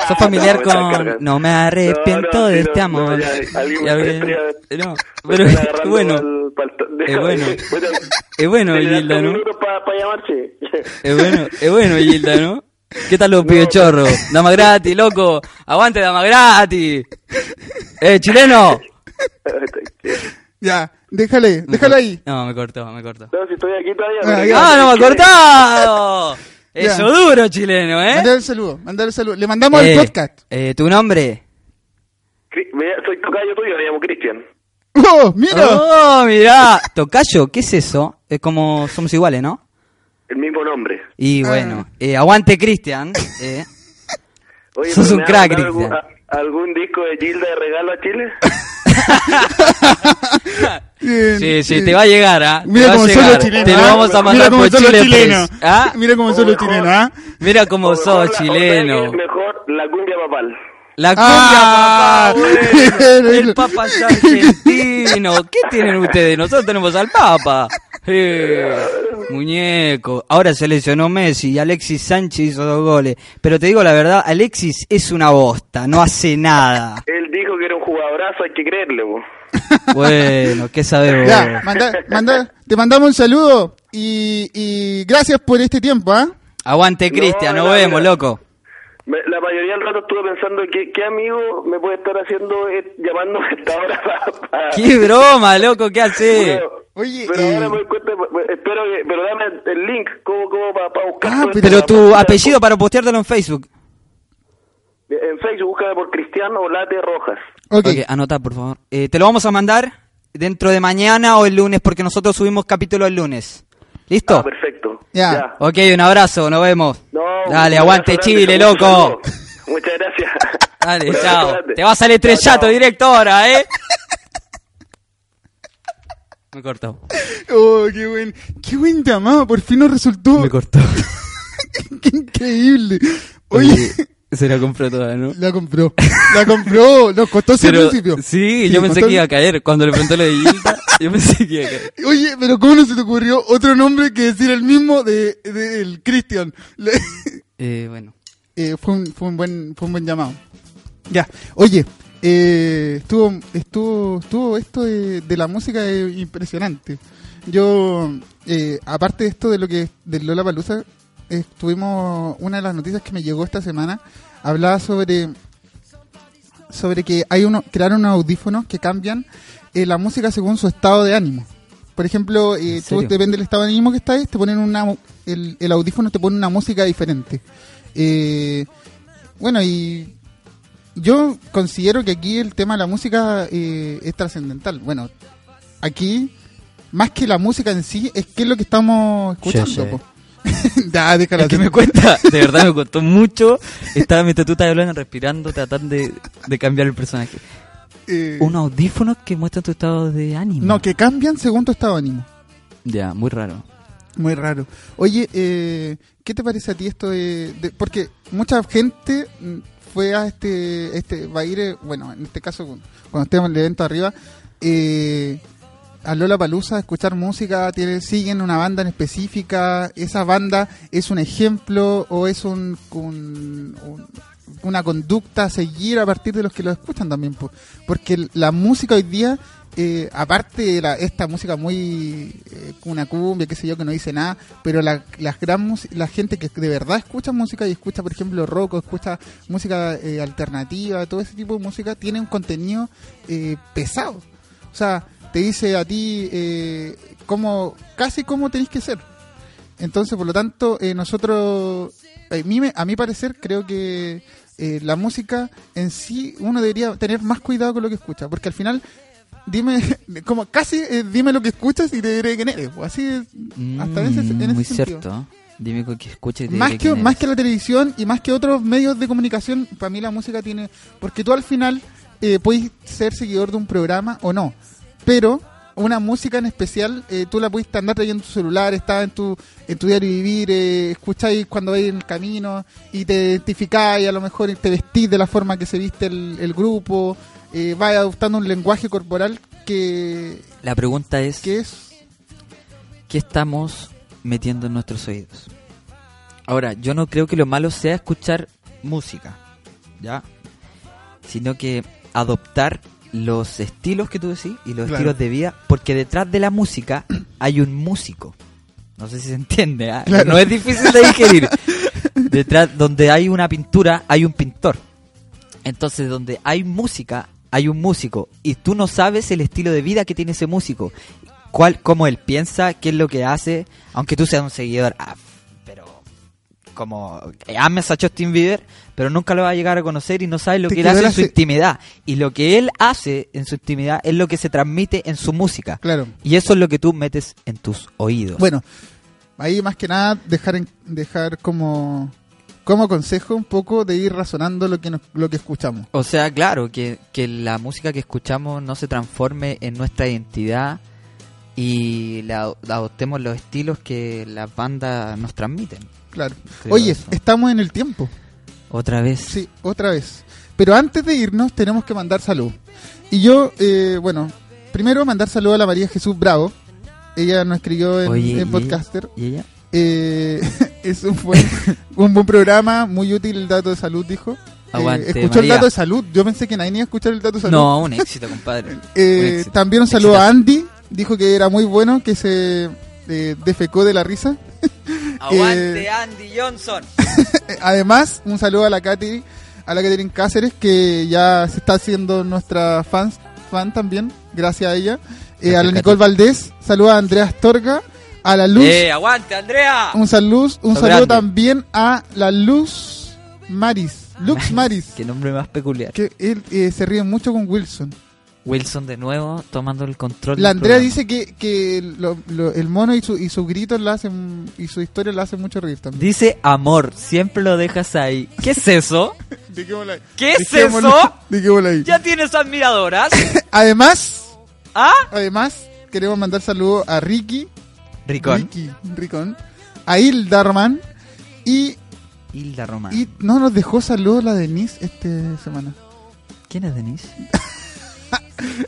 [SPEAKER 3] ¿Sos familiar
[SPEAKER 7] Ah, No, me están
[SPEAKER 3] con...?
[SPEAKER 7] cargando.
[SPEAKER 3] No me arrepiento
[SPEAKER 7] No, no,
[SPEAKER 3] de
[SPEAKER 7] sí, no,
[SPEAKER 3] este amor.
[SPEAKER 7] no, ya, alguien me
[SPEAKER 3] Ya,
[SPEAKER 7] está
[SPEAKER 3] bien.
[SPEAKER 7] estrellando.
[SPEAKER 3] No,
[SPEAKER 7] Me
[SPEAKER 3] pero
[SPEAKER 7] están
[SPEAKER 3] es
[SPEAKER 7] agarrando
[SPEAKER 3] bueno.
[SPEAKER 7] al pal-
[SPEAKER 3] Es bueno.
[SPEAKER 7] Bueno,
[SPEAKER 3] Es bueno,
[SPEAKER 7] ¿te le das
[SPEAKER 3] Gilda,
[SPEAKER 7] dos
[SPEAKER 3] ¿no?
[SPEAKER 7] minutos pa- pa llamarse?
[SPEAKER 3] Es bueno, es bueno, Gilda, ¿no? ¿Qué tal los pibes chorros? Dama gratis, loco. Aguante, dama gratis. Eh, chileno.
[SPEAKER 8] Ya, déjale, déjalo ahí.
[SPEAKER 3] No, me cortó, me cortó.
[SPEAKER 7] No, si estoy aquí todavía.
[SPEAKER 8] Ah,
[SPEAKER 7] pero-
[SPEAKER 8] ya.
[SPEAKER 3] ¡Ah, no me ha cortado! Eso
[SPEAKER 8] Ya.
[SPEAKER 3] duro, chileno,
[SPEAKER 8] Mandar
[SPEAKER 3] ¿eh?
[SPEAKER 8] el saludo, mandar el saludo. Le mandamos
[SPEAKER 3] Eh,
[SPEAKER 8] el podcast.
[SPEAKER 3] eh, ¿Tu nombre?
[SPEAKER 7] Cri- me- Soy tocayo tuyo, me llamo Cristian.
[SPEAKER 8] ¡Oh, mira!
[SPEAKER 3] ¡Oh, mirá! ¿Tocayo? ¿Qué es eso? Es como somos iguales, ¿no?
[SPEAKER 7] El mismo nombre.
[SPEAKER 3] Y
[SPEAKER 8] Ah.
[SPEAKER 3] bueno, eh, aguante, Cristian. eh.
[SPEAKER 7] Oye,
[SPEAKER 3] Sos
[SPEAKER 7] pero
[SPEAKER 3] un
[SPEAKER 7] ¿me
[SPEAKER 3] crack,
[SPEAKER 7] vas a dar algún,
[SPEAKER 3] Cristian.
[SPEAKER 7] a- algún disco de Gilda de regalo a Chile?
[SPEAKER 8] Bien,
[SPEAKER 3] Sí, sí,
[SPEAKER 8] bien.
[SPEAKER 3] te va a llegar, ¿ah? Te
[SPEAKER 8] Mira
[SPEAKER 3] va a
[SPEAKER 8] cómo son
[SPEAKER 3] llegar.
[SPEAKER 8] los chilenos.
[SPEAKER 3] Te lo
[SPEAKER 8] ¿ah?
[SPEAKER 3] vamos a
[SPEAKER 8] Mira
[SPEAKER 3] mandar
[SPEAKER 8] cómo
[SPEAKER 3] por
[SPEAKER 8] son los
[SPEAKER 3] Chile
[SPEAKER 8] chilenos.
[SPEAKER 3] Press, ¿ah?
[SPEAKER 8] Mira
[SPEAKER 7] Oh,
[SPEAKER 8] cómo son los
[SPEAKER 7] Ojo.
[SPEAKER 8] chilenos, ¿ah?
[SPEAKER 3] Mira cómo
[SPEAKER 7] O
[SPEAKER 3] sos
[SPEAKER 7] mejor la- o
[SPEAKER 3] chileno.
[SPEAKER 7] sabes qué, Mejor la cumbia papal.
[SPEAKER 3] La cumbia,
[SPEAKER 8] Ah,
[SPEAKER 3] papá, bueno. El papa es argentino. ¿Qué tienen ustedes? Nosotros tenemos al papa. Eh, muñeco. Ahora se lesionó Messi y Alexis Sánchez hizo dos goles. Pero te digo la verdad, Alexis es una bosta, no hace nada.
[SPEAKER 7] Él dijo que era un jugadorazo, hay que creerle, po.
[SPEAKER 3] Bueno, ¿qué sabemos?
[SPEAKER 8] Ya, manda, manda- te mandamos un saludo y, y gracias por este tiempo, ¿ah?
[SPEAKER 3] Aguante,
[SPEAKER 7] No,
[SPEAKER 3] Cristian, nos
[SPEAKER 7] no,
[SPEAKER 3] vemos,
[SPEAKER 7] mira.
[SPEAKER 3] loco.
[SPEAKER 7] Me- la mayoría del rato estuve pensando que qué amigo me puede estar haciendo eh, llamándome a esta hora para...
[SPEAKER 3] ¡Qué broma, loco! ¿Qué hace?
[SPEAKER 8] Oye,
[SPEAKER 7] pero
[SPEAKER 8] eh,
[SPEAKER 7] ahora me doy cuenta, me- espero que, pero dame el link, ¿cómo, cómo para, buscar?
[SPEAKER 8] Ah,
[SPEAKER 7] todo esto?
[SPEAKER 3] Pero tu
[SPEAKER 7] Para-
[SPEAKER 3] apellido para posteártelo en Facebook.
[SPEAKER 7] En Facebook, búscame por Cristiano Olate Rojas.
[SPEAKER 8] ok.
[SPEAKER 3] Ok, anota, por favor. Eh, te lo vamos a mandar dentro de mañana o el lunes, porque nosotros subimos capítulo el lunes.
[SPEAKER 7] Ah,
[SPEAKER 3] ¿Listo?
[SPEAKER 7] perfecto.
[SPEAKER 8] Ya.
[SPEAKER 3] ok, un abrazo, nos vemos.
[SPEAKER 7] No,
[SPEAKER 3] Dale,
[SPEAKER 7] un
[SPEAKER 3] aguante
[SPEAKER 7] abrazo
[SPEAKER 3] Chile,
[SPEAKER 7] grande, un
[SPEAKER 3] loco.
[SPEAKER 7] saludo. Muchas gracias.
[SPEAKER 3] Dale,
[SPEAKER 7] Un abrazo
[SPEAKER 3] chao.
[SPEAKER 7] grande.
[SPEAKER 3] Te vas al
[SPEAKER 7] Chao,
[SPEAKER 3] estrellato,
[SPEAKER 7] chao.
[SPEAKER 3] directora, ¿eh? Me cortó.
[SPEAKER 8] Oh, qué buen, qué buen llamado, por fin nos resultó.
[SPEAKER 3] Me cortó.
[SPEAKER 8] qué increíble. Oye,
[SPEAKER 3] se la compró toda, ¿no?
[SPEAKER 8] la compró, la compró, nos costó ser
[SPEAKER 3] Pero-
[SPEAKER 8] principio.
[SPEAKER 3] sí,
[SPEAKER 8] Sí,
[SPEAKER 3] yo pensé
[SPEAKER 8] costó-
[SPEAKER 3] que iba a caer. Cuando le preguntó lo de Gilda, yo pensé que iba a caer.
[SPEAKER 8] Oye, pero ¿cómo no se te ocurrió otro nombre que decir el mismo de, de el Christian? Le-
[SPEAKER 3] Eh, bueno.
[SPEAKER 8] Eh, fue, un, fue, un buen, fue un buen llamado. Ya, oye, eh, estuvo, estuvo, estuvo esto de, de la música eh, impresionante. Yo, eh, aparte de esto de lo que de Lola Palusa, estuvimos una de las noticias que me llegó esta semana hablaba sobre sobre que hay uno crearon unos audífonos que cambian eh, la música según su estado de ánimo. Por ejemplo, eh,
[SPEAKER 3] ¿En
[SPEAKER 8] tú,
[SPEAKER 3] serio?
[SPEAKER 8] depende del estado de ánimo que estés, te ponen una mu- el, el audífono te pone una música diferente. Eh, bueno, y yo considero que aquí el tema de la música eh, es trascendental. Bueno, aquí, más que la música en sí, es que es lo que estamos escuchando.
[SPEAKER 3] Sí, sí.
[SPEAKER 8] po. ya, déjala.
[SPEAKER 3] Es que me cuenta, de verdad me costó mucho. Estaba mientras tú estabas hablando, respirando, tratando de, de cambiar el personaje.
[SPEAKER 8] Eh,
[SPEAKER 3] Un audífono que muestra tu estado de ánimo.
[SPEAKER 8] No, que cambian según tu estado de ánimo.
[SPEAKER 3] Ya, muy raro.
[SPEAKER 8] Muy raro. Oye, eh, ¿qué te parece a ti esto de, de- porque mucha gente mm, fue a este este baile, bueno, en este caso cu- cuando estemos en el evento arriba, eh, a Lola Palusa, escuchar música, tiene, siguen una banda en específica, esa banda es un ejemplo o es un, un- un-
[SPEAKER 1] una conducta a seguir a partir de los que lo escuchan también. po. Porque la música hoy día, eh, aparte de la- esta música muy. eh, una cumbia, qué sé yo, que no dice nada, pero la, las gran mus- la gente que de verdad escucha música y escucha, por ejemplo, rock o escucha música eh, alternativa, todo ese tipo de música, tiene un contenido eh, pesado. O sea, te dice a ti eh, cómo, casi cómo tenés que ser. Entonces, por lo tanto, eh, nosotros, a mí, me- a mi parecer, creo que eh, la música en sí uno debería tener más cuidado con lo que escucha, porque al final, dime, como casi eh, dime lo que escuchas y te diré quién eres. pues, Así, es, hasta en ese, en ese
[SPEAKER 3] Mm, muy
[SPEAKER 1] sentido.
[SPEAKER 3] cierto. Dime con qué escucha y te
[SPEAKER 1] Más
[SPEAKER 3] diré
[SPEAKER 1] que,
[SPEAKER 3] quién
[SPEAKER 1] más
[SPEAKER 3] eres.
[SPEAKER 1] que la televisión y más que otros medios de comunicación, para mí la música tiene... Porque tú al final eh, puedes ser seguidor de un programa o no, pero una música en especial eh, tú la puedes andar trayendo en tu celular, está en tu, en tu diario vivir, eh, escucháis cuando vais en el camino y te identificáis, a lo mejor te vestís de la forma que se viste el, el grupo, eh, vas adoptando un lenguaje corporal que,
[SPEAKER 3] La pregunta es,
[SPEAKER 1] que es...
[SPEAKER 3] ¿qué estamos metiendo en nuestros oídos? Ahora, yo no creo que lo malo sea escuchar música, ¿ya? Sino que adoptar los estilos que tú decís y los
[SPEAKER 1] Claro.
[SPEAKER 3] estilos de vida, porque detrás de la música hay un músico. No sé si se entiende, ¿ah?
[SPEAKER 1] Claro.
[SPEAKER 3] no es difícil de digerir. detrás, donde hay una pintura, hay un pintor. Entonces, donde hay música, hay un músico. Y tú no sabes el estilo de vida que tiene ese músico. Cuál, cómo él piensa, qué es lo que hace. Aunque tú seas un seguidor, ah, pero como eh, ames a Justin Bieber, pero nunca lo vas a llegar a conocer y no sabes lo
[SPEAKER 1] Te
[SPEAKER 3] que él hace
[SPEAKER 1] quedarás
[SPEAKER 3] en su
[SPEAKER 1] se-
[SPEAKER 3] intimidad. Y lo que él hace en su intimidad es lo que se transmite en su música.
[SPEAKER 1] Claro.
[SPEAKER 3] Y eso es lo que tú metes en tus oídos.
[SPEAKER 1] Bueno, ahí más que nada dejar en- dejar como como consejo un poco de ir razonando lo que nos- lo que escuchamos.
[SPEAKER 3] O sea, claro, que, que la música que escuchamos no se transforme en nuestra identidad y la, adoptemos los estilos que las bandas nos transmiten.
[SPEAKER 1] Claro.
[SPEAKER 3] Creo
[SPEAKER 1] Oye,
[SPEAKER 3] eso.
[SPEAKER 1] estamos en el tiempo.
[SPEAKER 3] Otra vez.
[SPEAKER 1] Sí, otra vez. Pero antes de irnos tenemos que mandar salud. Y yo, eh, bueno, primero mandar salud a la María Jesús Bravo. Ella nos escribió en,
[SPEAKER 3] Oye,
[SPEAKER 1] en
[SPEAKER 3] y-
[SPEAKER 1] Podcaster.
[SPEAKER 3] ¿Y ella?
[SPEAKER 1] Eh, es un buen, un buen programa, muy útil el dato de salud, dijo. Eh,
[SPEAKER 3] Aguante,
[SPEAKER 1] escuchó el
[SPEAKER 3] María.
[SPEAKER 1] dato de salud. Yo pensé que nadie iba a escuchar el dato de salud.
[SPEAKER 3] No, un éxito, compadre.
[SPEAKER 1] Eh,
[SPEAKER 3] Un éxito.
[SPEAKER 1] también un saludo
[SPEAKER 3] Exitazo.
[SPEAKER 1] a Andy, dijo que era muy bueno, que se eh, defecó de la risa.
[SPEAKER 9] Aguante
[SPEAKER 1] Eh,
[SPEAKER 9] Andy Johnson.
[SPEAKER 1] Eh, Además, un saludo a la Katy, a la Catherine Cáceres, que ya se está haciendo nuestra fans, fan también, gracias a ella. Eh, a la
[SPEAKER 3] Gracias,
[SPEAKER 1] Nicole Valdés, saludo a Andrea Astorga, a la Luz,
[SPEAKER 9] Eh, aguante Andrea.
[SPEAKER 1] un saludo, un
[SPEAKER 3] Saludo
[SPEAKER 1] saludo
[SPEAKER 3] grande.
[SPEAKER 1] también a la Luz Maris, Lux Maris,
[SPEAKER 3] Qué nombre más peculiar.
[SPEAKER 1] que él eh, se ríe mucho con Wilson.
[SPEAKER 3] Wilson de nuevo tomando el control.
[SPEAKER 1] La
[SPEAKER 3] del
[SPEAKER 1] Andrea
[SPEAKER 3] programa.
[SPEAKER 1] dice que, que lo- lo- el mono y su, y sus gritos la hacen, y su historia la hacen mucho reír también.
[SPEAKER 3] Dice amor, siempre lo dejas ahí. ¿Qué es eso? ¿Qué es
[SPEAKER 1] Dejémoslo-
[SPEAKER 3] eso?
[SPEAKER 1] dejémoslo ahí.
[SPEAKER 3] ¿Ya tienes admiradoras?
[SPEAKER 1] Además,
[SPEAKER 3] ¿Ah?
[SPEAKER 1] además, queremos mandar saludos a Ricky,
[SPEAKER 3] Ricón.
[SPEAKER 1] Ricky, Ricón, a Hilda Román y,
[SPEAKER 3] Hilda Román.
[SPEAKER 1] y no nos dejó saludos la Denise esta semana.
[SPEAKER 3] ¿Quién es Denise?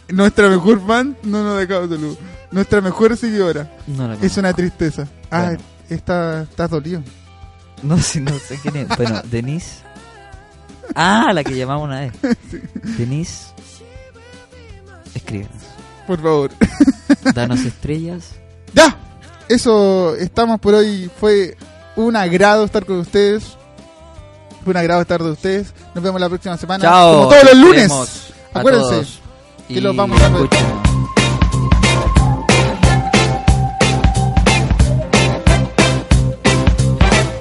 [SPEAKER 1] Nuestra mejor fan no nos dejó saludos. Nuestra mejor seguidora.
[SPEAKER 3] No la conozco.
[SPEAKER 1] Es una tristeza. Ah,
[SPEAKER 3] Bueno.
[SPEAKER 1] está, estás dolido.
[SPEAKER 3] No sé, no sé quién es. Bueno, Denise. Ah, la que llamamos una vez. Denise. Escríbenos.
[SPEAKER 1] Por favor.
[SPEAKER 3] Danos estrellas.
[SPEAKER 1] ¡Ya! Eso estamos por hoy. Fue un agrado estar con ustedes. Fue un agrado estar de ustedes. Nos vemos la próxima semana.
[SPEAKER 3] Chao.
[SPEAKER 1] Como todos los
[SPEAKER 3] te
[SPEAKER 1] lunes.
[SPEAKER 3] queremos a
[SPEAKER 1] Acuérdense
[SPEAKER 3] todos.
[SPEAKER 1] que
[SPEAKER 3] Y
[SPEAKER 1] los vamos a ver.
[SPEAKER 3] escuchen.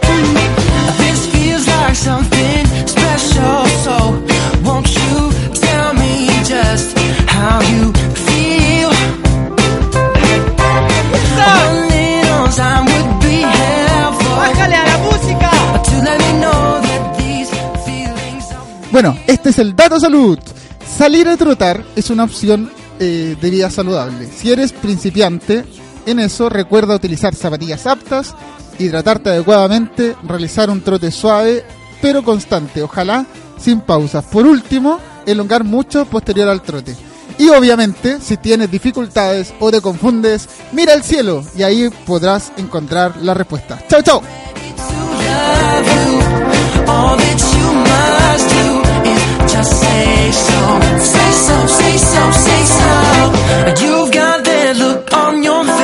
[SPEAKER 2] This feels like something special, so won't you tell me just how you feel? A little time would be helpful
[SPEAKER 10] ¡Bájale a la música!
[SPEAKER 2] to let me know that these feelings are.
[SPEAKER 1] Bueno, este es el dato salud. Salir a trotar es una opción eh, de vida saludable. Si eres principiante en eso, recuerda utilizar zapatillas aptas, hidratarte adecuadamente, realizar un trote suave pero constante, ojalá sin pausas. Por último, elongar mucho posterior al trote. Y obviamente, si tienes dificultades o te confundes, mira al cielo y ahí podrás encontrar la respuesta. ¡Chao, chao!
[SPEAKER 2] To love you, all that you must do is just say so, say so, say so, say so. You've got that look on your